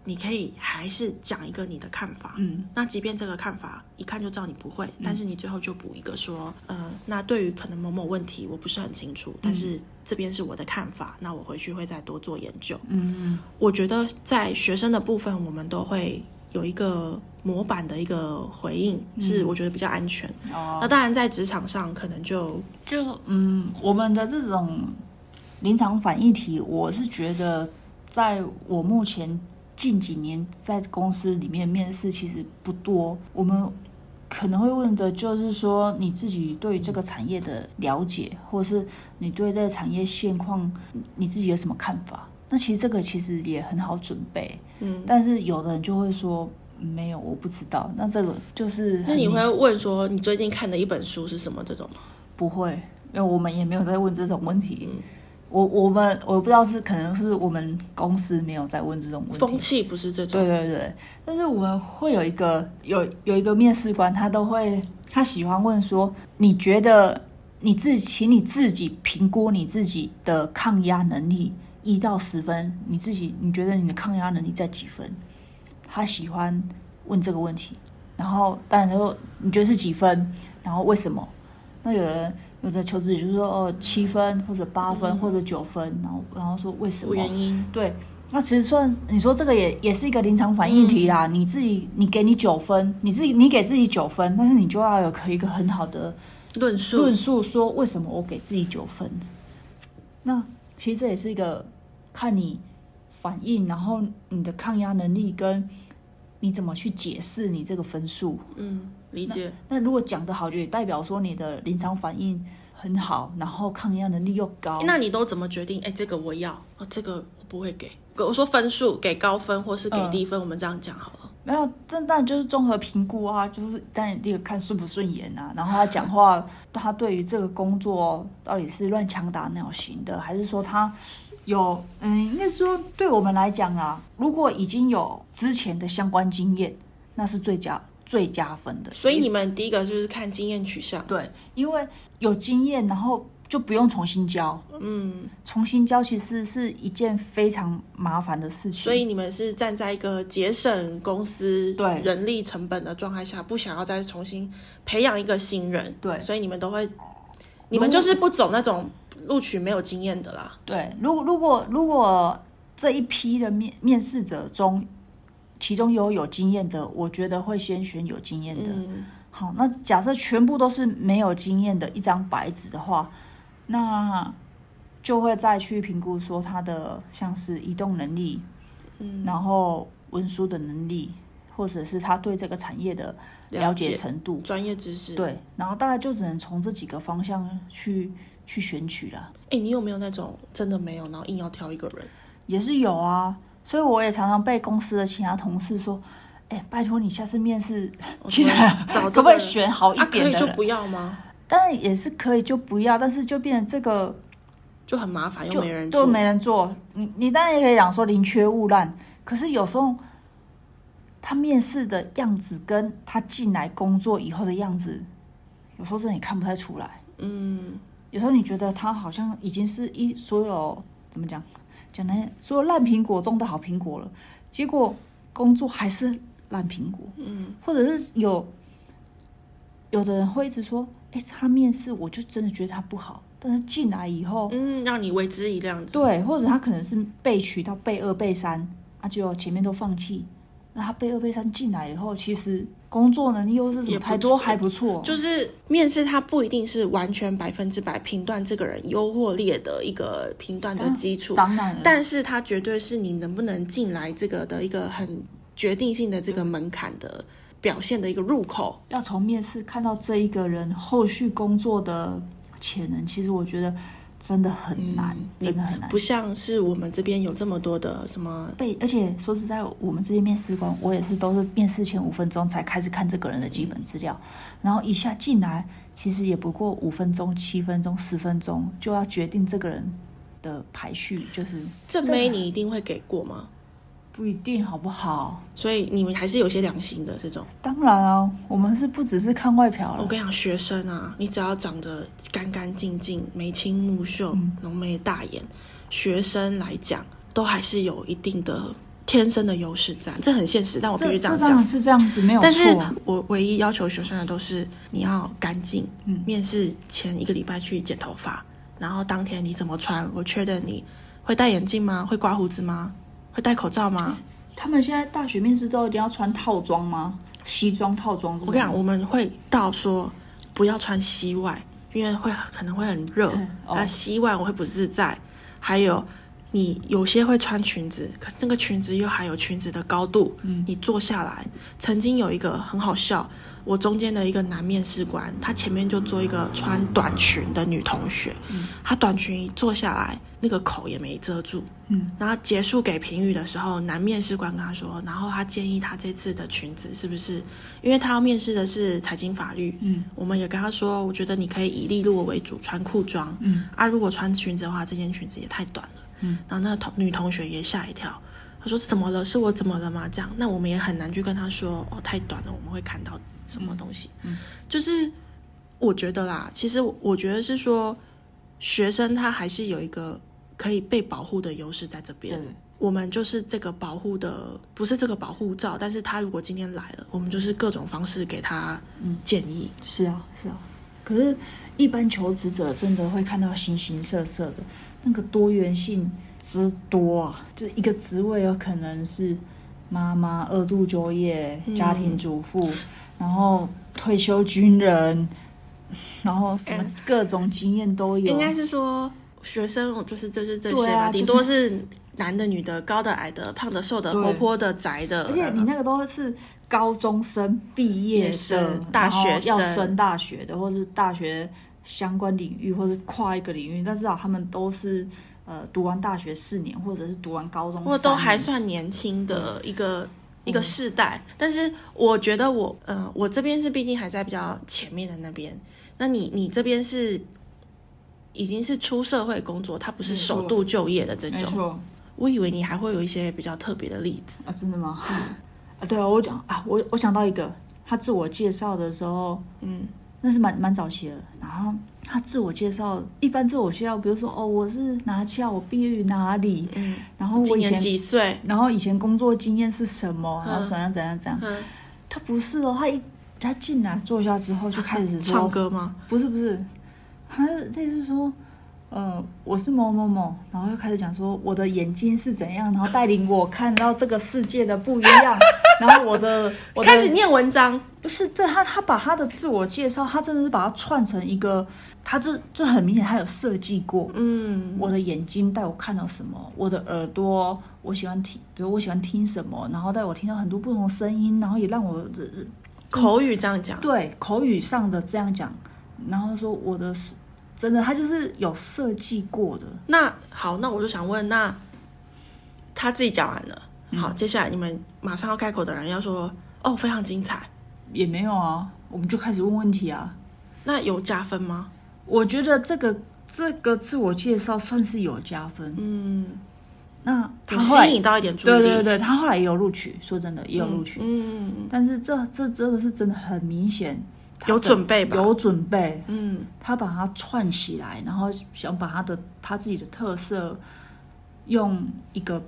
你可以还是讲一个你的看法。嗯那即便这个看法一看就知道你不会，但是你最后就补一个说，呃，那对于可能某某问题我不是很清楚，但是这边是我的看法，那我回去会再多做研究。嗯我觉得在学生的部分，我们都会有一个模板的一个回应，是我觉得比较安全。嗯哦，那当然在职场上可能就就嗯，我们的这种临场反应题，我是觉得在我目前近几年在公司里面面试其实不多，我们可能会问的就是说你自己对这个产业的了解，或是你对这个产业现况你你自己有什么看法？那其实这个其实也很好准备，嗯，但是有的人就会说没有，我不知道。那这个就是那你很会问说你最近看的一本书是什么这种吗？不会，因为我们也没有在问这种问题。我我们我不知道是可能是我们公司没有在问这种问风题。气不是这种对。对对，但是我们会有一个有有一个面试官，他都会他喜欢问说，你觉得你自己，请你自己评估你自己的抗压能力，一到十分，你自己你觉得你的抗压能力在几分？他喜欢问这个问题，然后当然说你觉得是几分，然后为什么？那有人有的求职者就说哦七分或者八分、嗯或者九分，然后然后说为什么？原因，对，那其实算你说这个也也是一个临场反应题啦。你自己，你给你九分，你自己你给自己九分，但是你就要有可以一个很好的论述论述，说为什么我给自己九分。那其实这也是一个看你反应，然后你的抗压能力跟你怎么去解释你这个分数。嗯，理解。那如果讲得好，就也代表说你的临场反应很好，然后抗压能力又高。那你都怎么决定？哎，这个我要，哦，这个我不会给。我说分数给高分或是嗯给低分，我们这样讲好了。没有，但但就是综合评估啊，就是当然第一个看顺不顺眼啊，然后他讲话，他对于这个工作到底是乱枪打鸟型的，还是说他有嗯，应该说对我们来讲啊，如果已经有之前的相关经验，那是最加最加分的。所以你们第一个就是看经验取向，对，因为有经验，然后就不用重新教。嗯，重新教其实是一件非常麻烦的事情。所以你们是站在一个节省公司对人力成本的状态下，不想要再重新培养一个新人，对所以你们都会，你们就是不走那种录取没有经验的啦。对，如果如果如果这一批的面面试者中，其中有有经验的，我觉得会先选有经验的。嗯，好，那假设全部都是没有经验的一张白纸的话，那就会再去评估说他的像是移动能力，嗯，然后文书的能力，或者是他对这个产业的了了解解程度，专业知识，对，然后大概就只能从这几个方向去去选取啦，哎、你有没有那种真的没有，然后硬要挑一个人？也是有啊。所以我也常常被公司的其他同事说：“哎、拜托你下次面试， 怎么找可这个不可人以选好一啊，可点以的就人？”不要吗？当然也是可以就不要，但是就变成这个就很麻烦，又就没人就做。没人做。你你当然也可以讲说宁缺毋滥，可是有时候他面试的样子跟他进来工作以后的样子，有时候真的也看不太出来。嗯，有时候你觉得他好像已经是一所有怎么讲讲来所有烂苹果中的好苹果了，结果工作还是烂苹果。嗯，或者是有有的人会一直说，哎、他面试我就真的觉得他不好，但是进来以后。嗯，让你为之一亮的。对，或者他可能是被取到被二、被三，啊，就前面都放弃。那他被二、被三进来以后，其实工作能力又是什也么不太错多还不错，就是面试，它不一定是完全百分之百评断这个人优或劣的一个评断嗯的基础，当然了，但是它绝对是你能不能进来这个的一个很决定性的这个门槛的表现的一个入口。要从面试看到这一个人后续工作的潜能，其实我觉得真的很难，嗯真的很难。不像是我们这边有这么多的什么，被，而且说实在，我们这些面试官，我也是都是面试前五分钟才开始看这个人的基本资料，然后一下进来，其实也不过五分钟、七分钟、十分钟就要决定这个人的排序，就是正妹你一定会给过吗？不一定好不好？所以你们还是有些良心的这种。当然啊，我们是不只是看外表我了，跟你讲，学生啊，你只要长得干干净净、眉清目秀、嗯浓眉大眼，学生来讲都还是有一定的天生的优势在，这很现实。但我必这须这这样当然讲。是这样子，没有但是错。啊我唯一要求学生的都是你要干净，嗯面试前一个礼拜去剪头发，然后当天你怎么穿，我确认你会戴眼镜吗？会刮胡子吗？会戴口罩吗？他们现在大学面试都一定要穿套装吗？西装套装这种？我跟你讲，我们会到说不要穿西外，因为会可能会很热嗯。哦那、西外我会不自在。还有，你有些会穿裙子，可是那个裙子又还有裙子的高度。嗯你坐下来，曾经有一个很好笑，我中间的一个男面试官，他前面就坐一个穿短裙的女同学，嗯她短裙一坐下来，那个口也没遮住。嗯，然后结束给评语的时候，男面试官跟他说，然后他建议他这次的裙子是不是，因为他要面试的是财经法律，嗯，我们也跟他说，我觉得你可以以利落为主，穿裤装，嗯，啊，如果穿裙子的话，这件裙子也太短了，嗯，然后那个同女同学也吓一跳。她说怎么了？是我怎么了吗？这样，那我们也很难去跟他说哦，太短了，我们会看到什么东西。嗯嗯就是我觉得啦，其实我我觉得是说，学生他还是有一个可以被保护的优势在这边对。我们就是这个保护的，不是这个保护罩，但是他如果今天来了，我们就是各种方式给他建议。是啊，是啊。可是，一般求职者真的会看到形形色色的，那个多元性之多啊！就是一个职位有可能是妈妈、二度就业、家庭主妇，嗯然后退休军人，然后什么各种经验都有。嗯啊应该是说，学生就是就是这对些啊嘛，顶、多是男的、女的、高的、矮的、胖的、瘦的、对活泼的、宅的，而且你那个都是高中生毕业也是的，大学然后要生升大学的，或是大学相关领域，或是跨一个领域，但至少他们都是呃读完大学四年，或者是读完高中三我年，都还算年轻的一个、一个世代，但是我觉得我，呃，我这边是毕竟还在比较前面的那边，那你你这边是已经是出社会工作，它不是没错首度就业的这没种，错我以为你还会有一些比较特别的例子，啊，真的吗？ 啊，对啊，我讲啊，我我想到一个，他自我介绍的时候，嗯，那是蛮蛮早期的。然后他自我介绍，一般自我介绍，比如说哦，我是哪校，我毕业于哪里，嗯，然后今我以年前几岁？然后以前工作经验是什么，然后嗯怎样怎样怎样。嗯，他不是哦，他一他进来坐下之后就开始说，唱歌吗？不是不是，他这是说，呃，我是某某某，然后又开始讲说我的眼睛是怎样，然后带领我看到这个世界的不一样， 然后我的我的开始念文章，不是对他他把他的自我介绍，他真的是把它串成一个，他这这很明显他有设计过，嗯，我的眼睛带我看到什么，我的耳朵我喜欢听，比如我喜欢听什么，然后带我听到很多不同的声音，然后也让我呃口语这样讲，对口语上的这样讲，然后说我的是真的，它就是有设计过的。那好，那我就想问，那他自己讲完了，嗯好，接下来你们马上要开口的人要说哦，非常精彩，也没有啊，我们就开始问问题啊。那有加分吗？我觉得这个这个自我介绍算是有加分。嗯，那他有后来吸，引到一点注意对力，对对，他后来也有录取，说真的也有录取。嗯，嗯嗯但是这这这个是真的很明显，他有整准备吧？有准备，嗯，他把它串起来，然后想把他的他自己的特色用一个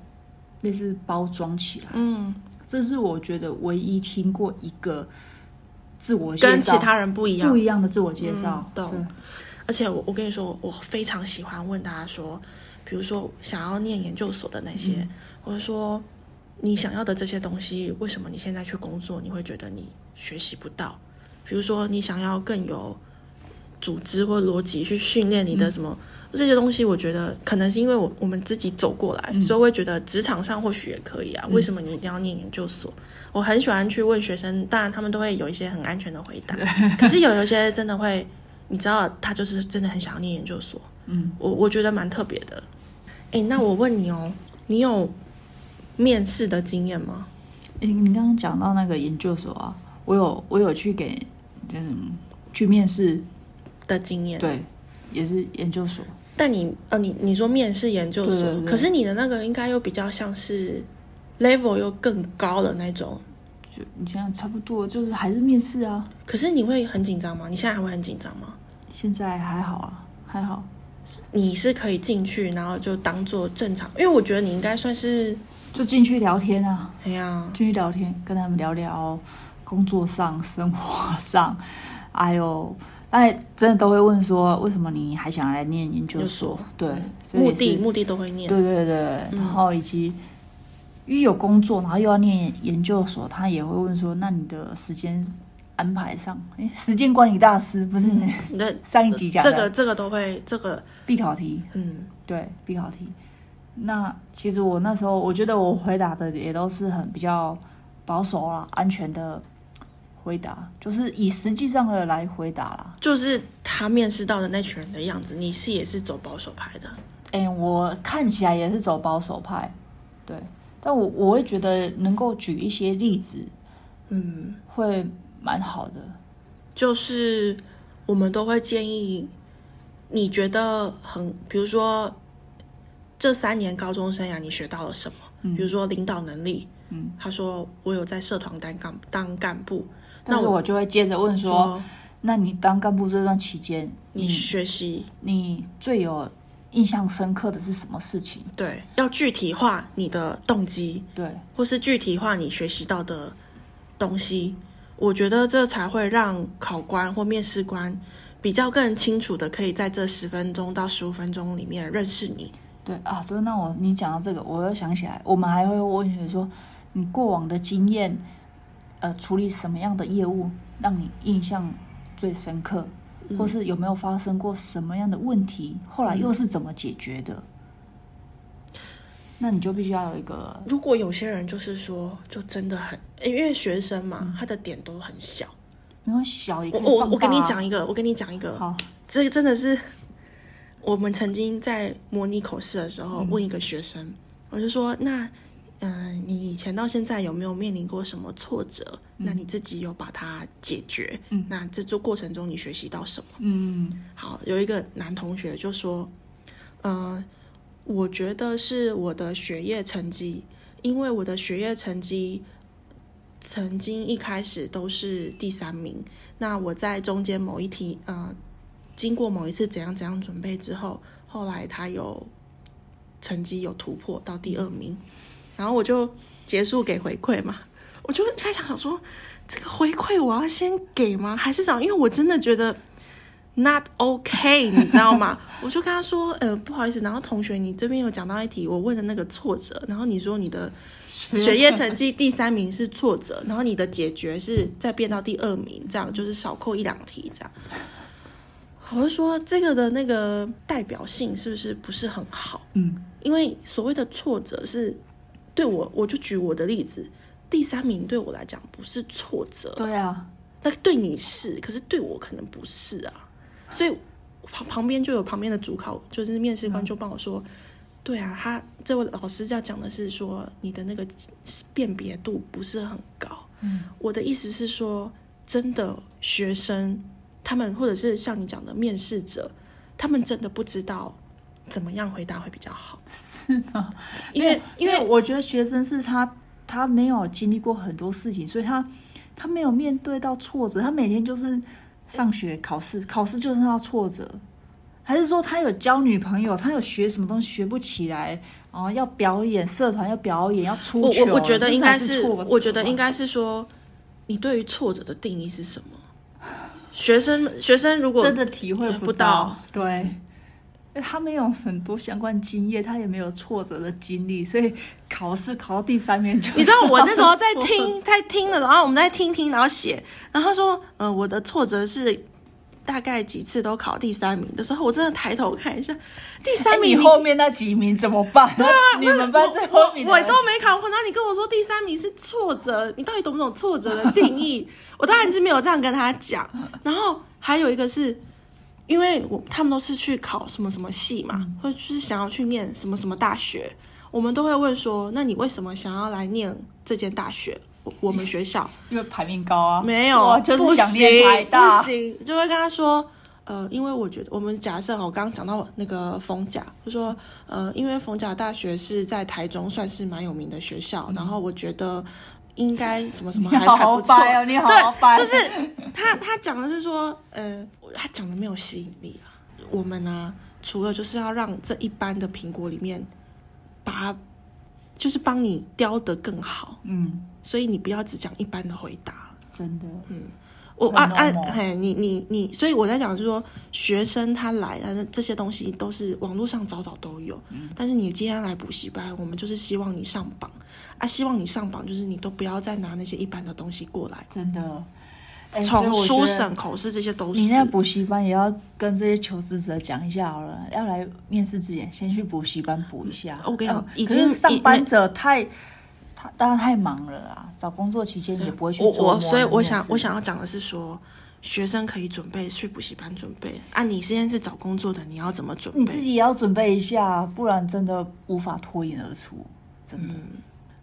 类似包装起来。嗯，这是我觉得唯一听过一个自我介绍跟其他人不一样不。一样的自我介绍。嗯懂对而且我我跟你说，我非常喜欢问大家说，比如说想要念研究所的那些，或者说你想要的这些东西，为什么你现在去工作，你会觉得你学习不到？比如说你想要更有组织或逻辑去训练你的什么、这些东西，我觉得可能是因为我我们自己走过来，所以我会觉得职场上或许也可以啊。为什么你一定要念研究所？我很喜欢去问学生，当然他们都会有一些很安全的回答，可是有有些真的会。你知道他就是真的很想要念研究所，嗯，我我觉得蛮特别的。哎，那我问你哦，你有面试的经验吗？诶你刚刚讲到那个研究所啊，我有我有去给嗯去面试，的经验，对，也是研究所。但你呃，你你说面试研究所，对对对可是你的那个应该又比较像是 level 又更高的那种，就你想想，差不多就是还是面试啊。可是你会很紧张吗？你现在还会很紧张吗？现在还好啊，还好。你是可以进去，然后就当做正常，因为我觉得你应该算是，就进去聊天啊，哎呀，进去聊天，跟他们聊聊工作上、生活上， 还有，哎，真的都会问说，为什么你还想来念研究所？对，这嗯也目是的嗯目的都会念，对对对，然后以及因为有工作，然后又要念研究所，他也会问说，那你的时间安排上，哎，时间管理大师不是你们你的上一集讲嗯的这个这个都会，这个必考题，嗯。对必考题。那其实我那时候，我觉得我回答的也都是很比较保守啦、安全的回答，就是以实际上的来回答啦。就是他面试到的那群人的样子，你是也是走保守派的，哎、我看起来也是走保守派，对，但我我会觉得能够举一些例子嗯，会蛮好的。就是我们都会建议，你觉得很，比如说这三年高中生涯你学到了什么？比如说领导能力，嗯，他说我有在社团当干当干部，但是我就会接着问说，说那你当干部这段期间，你学习、嗯你最有印象深刻的是什么事情？对，要具体化你的动机，对，或是具体化你学习到的东西，我觉得这才会让考官或面试官比较更清楚的，可以在这十分钟到十五分钟里面认识你。对啊，对，那我你讲到这个，我又想起来，我们还会问你说，你过往的经验，呃，处理什么样的业务让你印象最深刻，嗯或是有没有发生过什么样的问题，后来又是怎么解决的？那你就必须要有一个，如果有些人就是说，就真的很，因为学生嘛，他的点都很小。因为小嗯也可我以我放我跟大你啊讲，一个，我跟你讲一个，好，这真的是我们曾经在模拟口试的时候嗯问一个学生，我就说：“那，嗯、你以前到现在有没有面临过什么挫折？那你自己有把它解决？嗯那这做过程中你学习到什么？”嗯，好，有一个男同学就说，呃，我觉得是我的学业成绩，因为我的学业成绩曾经一开始都是第三名，那我在中间某一题，呃，经过某一次怎样怎样准备之后，后来他有成绩有突破到第二名，然后我就结束给回馈嘛，我就开始想说。这个回馈我要先给吗？还是想，因为我真的觉得 not OK，你知道吗？我就跟他说，呃，不好意思，然后同学，你这边有讲到一题，我问的那个挫折，然后你说你的学业成绩第三名是挫折，然后你的解决是再变到第二名，这样就是少扣一两题这样。我就说这个的那个代表性是不是不是很好？嗯，因为所谓的挫折是对我，我就举我的例子，第三名对我来讲不是挫折，对啊，那对你是，可是对我可能不是啊，所以旁旁边就有旁边的主考，就是面试官就帮我说，对啊，他这位老师要讲的是说你的那个辨别度不是很高。嗯，我的意思是说，真的学生他们或者是像你讲的面试者，他们真的不知道怎么样回答会比较好， 是吗？因为因为我觉得学生是他他没有经历过很多事情，所以他他没有面对到挫折，他每天就是上学考试，考试就是要挫折。还是说他有交女朋友，他有学什么东西学不起来，然后要表演社团，要表演，要出我糗我我觉得这应该才啊是是，挫折我觉得应吧该是说，你对于挫折的定义是什么？学生学生如果真的体会不到到，对，因为他没有很多相关经验，他也没有挫折的经历，所以考试考到第三名就你知道我那时 候在挫折听，在听了，然后我们在听听，然后写，然后他说，呃，我的挫折是大概几次都考第三名的时候，我真的抬头看一下，第哎三你名后面那几名怎么办？对啊， 你们班最后一名的我我都没考过，然后你跟我说第三名是挫折，你到底懂不懂挫折的定义？我当然是没有这样跟他讲。然后还有一个是，因为我他们都是去考什么什么系嘛，或者就是想要去念什么什么大学，我们都会问说，那你为什么想要来念这间大学？我我们学校因为排名高啊，没有，我就是不想行念台大不，行，就会跟他说。呃，因为我觉得我们假设哦我刚刚讲到那个逢甲，就说呃，因为逢甲大学是在台中算是蛮有名的学校，然后我觉得应该什么什 么还嗯你好还好不错，掰哦你好好掰对，就是他他讲的是说，呃，他讲的没有吸引力啊。我们呢、除了就是要让这一般的苹果里面，把它就是帮你雕得更好，嗯，所以你不要只讲一般的回答，真的，我很啊啊 normal 嘿，你你你，所以我在讲就是说，学生他来，但是这些东西都是网络上早早都有。嗯但是你今天来补习班，我们就是希望你上榜啊，希望你上榜，就是你都不要再拿那些一般的东西过来，真的。哎所以从我觉书得审、口试这些都是你。那补习班也要跟这些求职者讲一下好了，要来面试之前先去补习班补一下。我跟你讲呃嗯已可是经上班者太，他当然太忙了啊，找工作期间也不会去我做我所以我想我想想要讲的是说，学生可以准备去补习班准备啊，你现在是找工作的，你要怎么准你备自？己也要准备一下，不然真的无法脱颖而出，真的。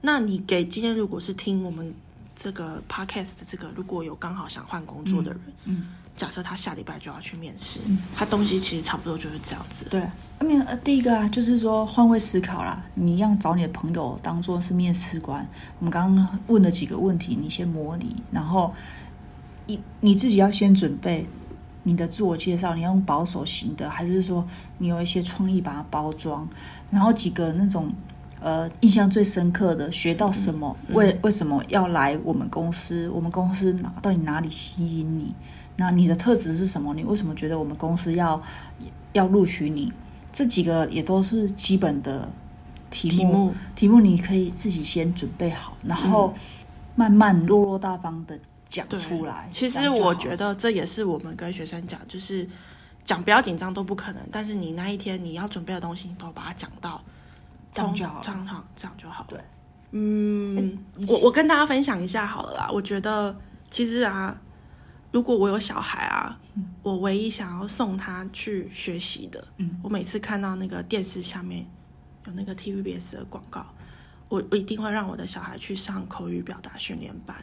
那你给今天如果是听我们这个 podcast 的这个，如果有刚好想换工作的人，嗯假设他下礼拜就要去面试，他东西其实差不多就是这样子。对，那面呃，第一个啊，就是说换位思考啦，你一样找你的朋友当做是面试官。我们刚刚问了几个问题，你先模拟，然后你你自己要先准备你的自我介绍，你要用保守型的，还是说你有一些创意把它包装？然后几个那种呃印象最深刻的，学到什么？嗯为为什么要来我们公司？我们公司哪到底哪里吸引你？那你的特质是什么？你为什么觉得我们公司要要录取你？这几个也都是基本的题目，题目嗯题目你可以自己先准备好，然后慢慢落落大方的讲对出来。其这实样就好我觉得这也是我们跟学生讲，就是讲不要紧张都不可能，但是你那一天你要准备的东西，你都把它讲到，这样通就常好这了。样这样就好了。对，哎嗯，我我跟大家分享一下好了啦。我觉得其实啊，如果我有小孩啊，我唯一想要送他去学习的，嗯，我每次看到那个电视下面有那个 TVBS 的广告，我我一定会让我的小孩去上口语表达训练班。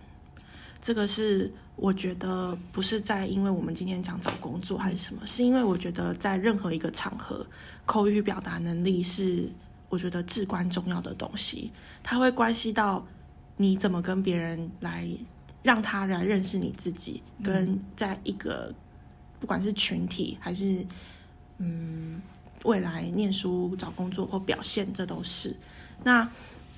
这个是我觉得不是在因为我们今天讲找工作还是什么，是因为我觉得在任何一个场合，口语表达能力是我觉得至关重要的东西，它会关系到你怎么跟别人来让他来认识你自己，跟在一个不管是群体还是嗯未来念书、找工作或表现，这都是那。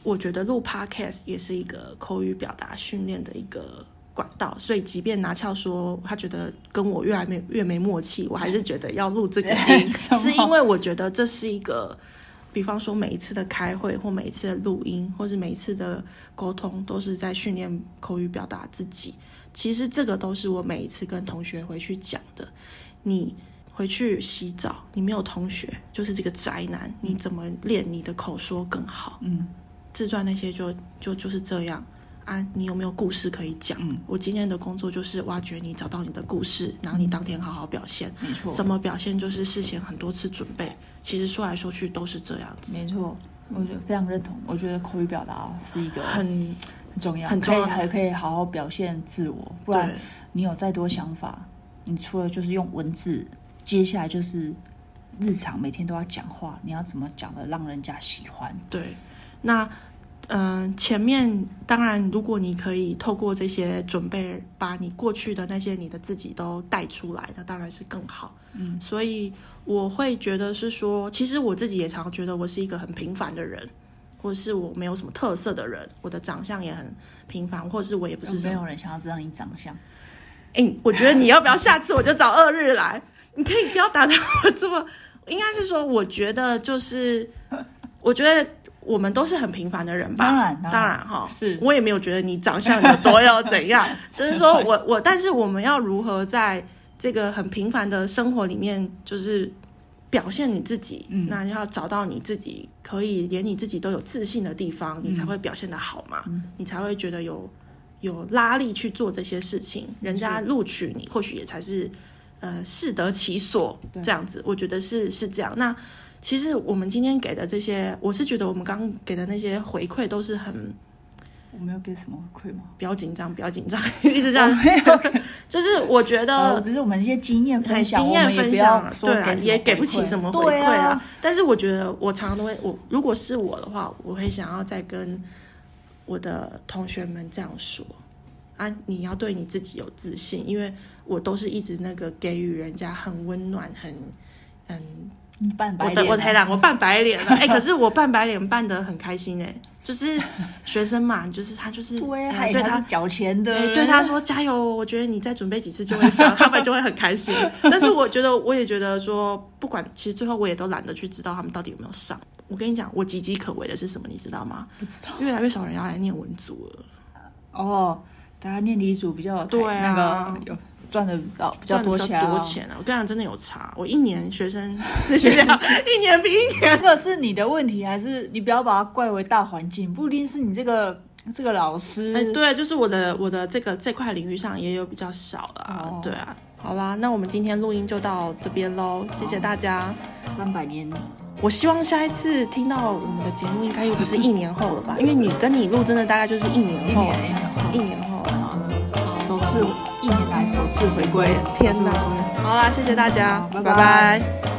我觉得录 podcast 也是一个口语表达训练的一个管道，所以即便拿翘说他觉得跟我越来没越没默契，我还是觉得要录 这个音，什么是因为我觉得这是一个，比方说每一次的开会或每一次的录音，或是每一次的沟通，都是在训练口语表达自己。其实这个都是我每一次跟同学回去讲的，你。回去洗澡，你没有同学，就是这个宅男，你怎么练你的口说更好？嗯，自传那些就就就是这样啊，你有没有故事可以讲？我今天的工作就是挖掘你，找到你的故事，然后你当天好好表现。没错，怎么表现就是事前很多次准备，其实说来说去都是这样子，没错，我觉得非常认同。我觉得口语表达是一个很很重要，很重要可以还可以好好表现自我，不然对你有再多想法，你除了就是用文字，接下来就是日常每天都要讲话，你要怎么讲的让人家喜欢？对。那嗯、呃前面当然，如果你可以透过这些准备，把你过去的那些你的自己都带出来，那当然是更好。嗯，所以我会觉得是说，其实我自己也常觉得我是一个很平凡的人。或是我没有什么特色的人，我的长相也很平凡，或者是我也不是什哦没么有人想要知道你长相，哎、我觉得你要不要下次我就找二日来？你可以不要打断我这么，应该是说，我觉得就是，我觉得我们都是很平凡的人吧。当然当然当然哈，嗯是我也没有觉得你长相有多要怎 样，只是说我我，但是我们要如何在这个很平凡的生活里面，就是表现你自己，嗯那要找到你自己可以连你自己都有自信的地嗯方，你才会表现的好嘛，你才会觉得有有拉力去做这些事情，人家录取你，或许也才是呃适得其所对这样子，我觉得是是这样。那其实我们今天给的这些，我是觉得我们刚刚给的那些回馈都是很我没有给什么回馈吗？不要紧张，不要紧张， 一直这哦样， 就是我觉呃，得只是我们一些经验分很享，经验我们也分不享要啊，说对啊，什么也给回不起馈什么回对馈啊。。但是我觉得我常常都会，我如果是我的话，我会想要再跟我的同学们这样说啊，你要对你自己有自信，因为我都是一直那个给予人家很温暖，很嗯，你扮白我的脸啊，我太懒，我扮白脸了，哎、可是我扮白脸扮的很开心哎、就是学生嘛，就是他就是对啊，哎还对他他是缴钱的哎人，对他说加油，我觉得你再准备几次就会上，他们就会很开 心。但是我觉得，我也觉得说，不管其实最后我也都懒得去知道他们到底有没有上。我跟你讲，我岌岌可危的是什么，你知道吗？不知道越来越少人要来念文组了，哦，大家念遗嘱比较有对台啊那个有赚的比较比较赚多比钱较啊，多钱啊！我跟你讲，真的有差。我一年学生 学生一年比一年这个是你的问题，还是你不要把它怪为大环境？不一定是你这个这个老师。哎，对，就是我的我的这个这块领域上也有比较少了啊，哦对啊。好啦，那我们今天录音就到这边喽，谢谢大家。三百年，哦我希望下一次听到我们的节目，应该又不是一年后了吧？因为你跟你录真的大概就是嗯一一年后，年哎一年后了。好首次一年来首次回归，天哪！好啦，谢谢大家，好拜拜拜拜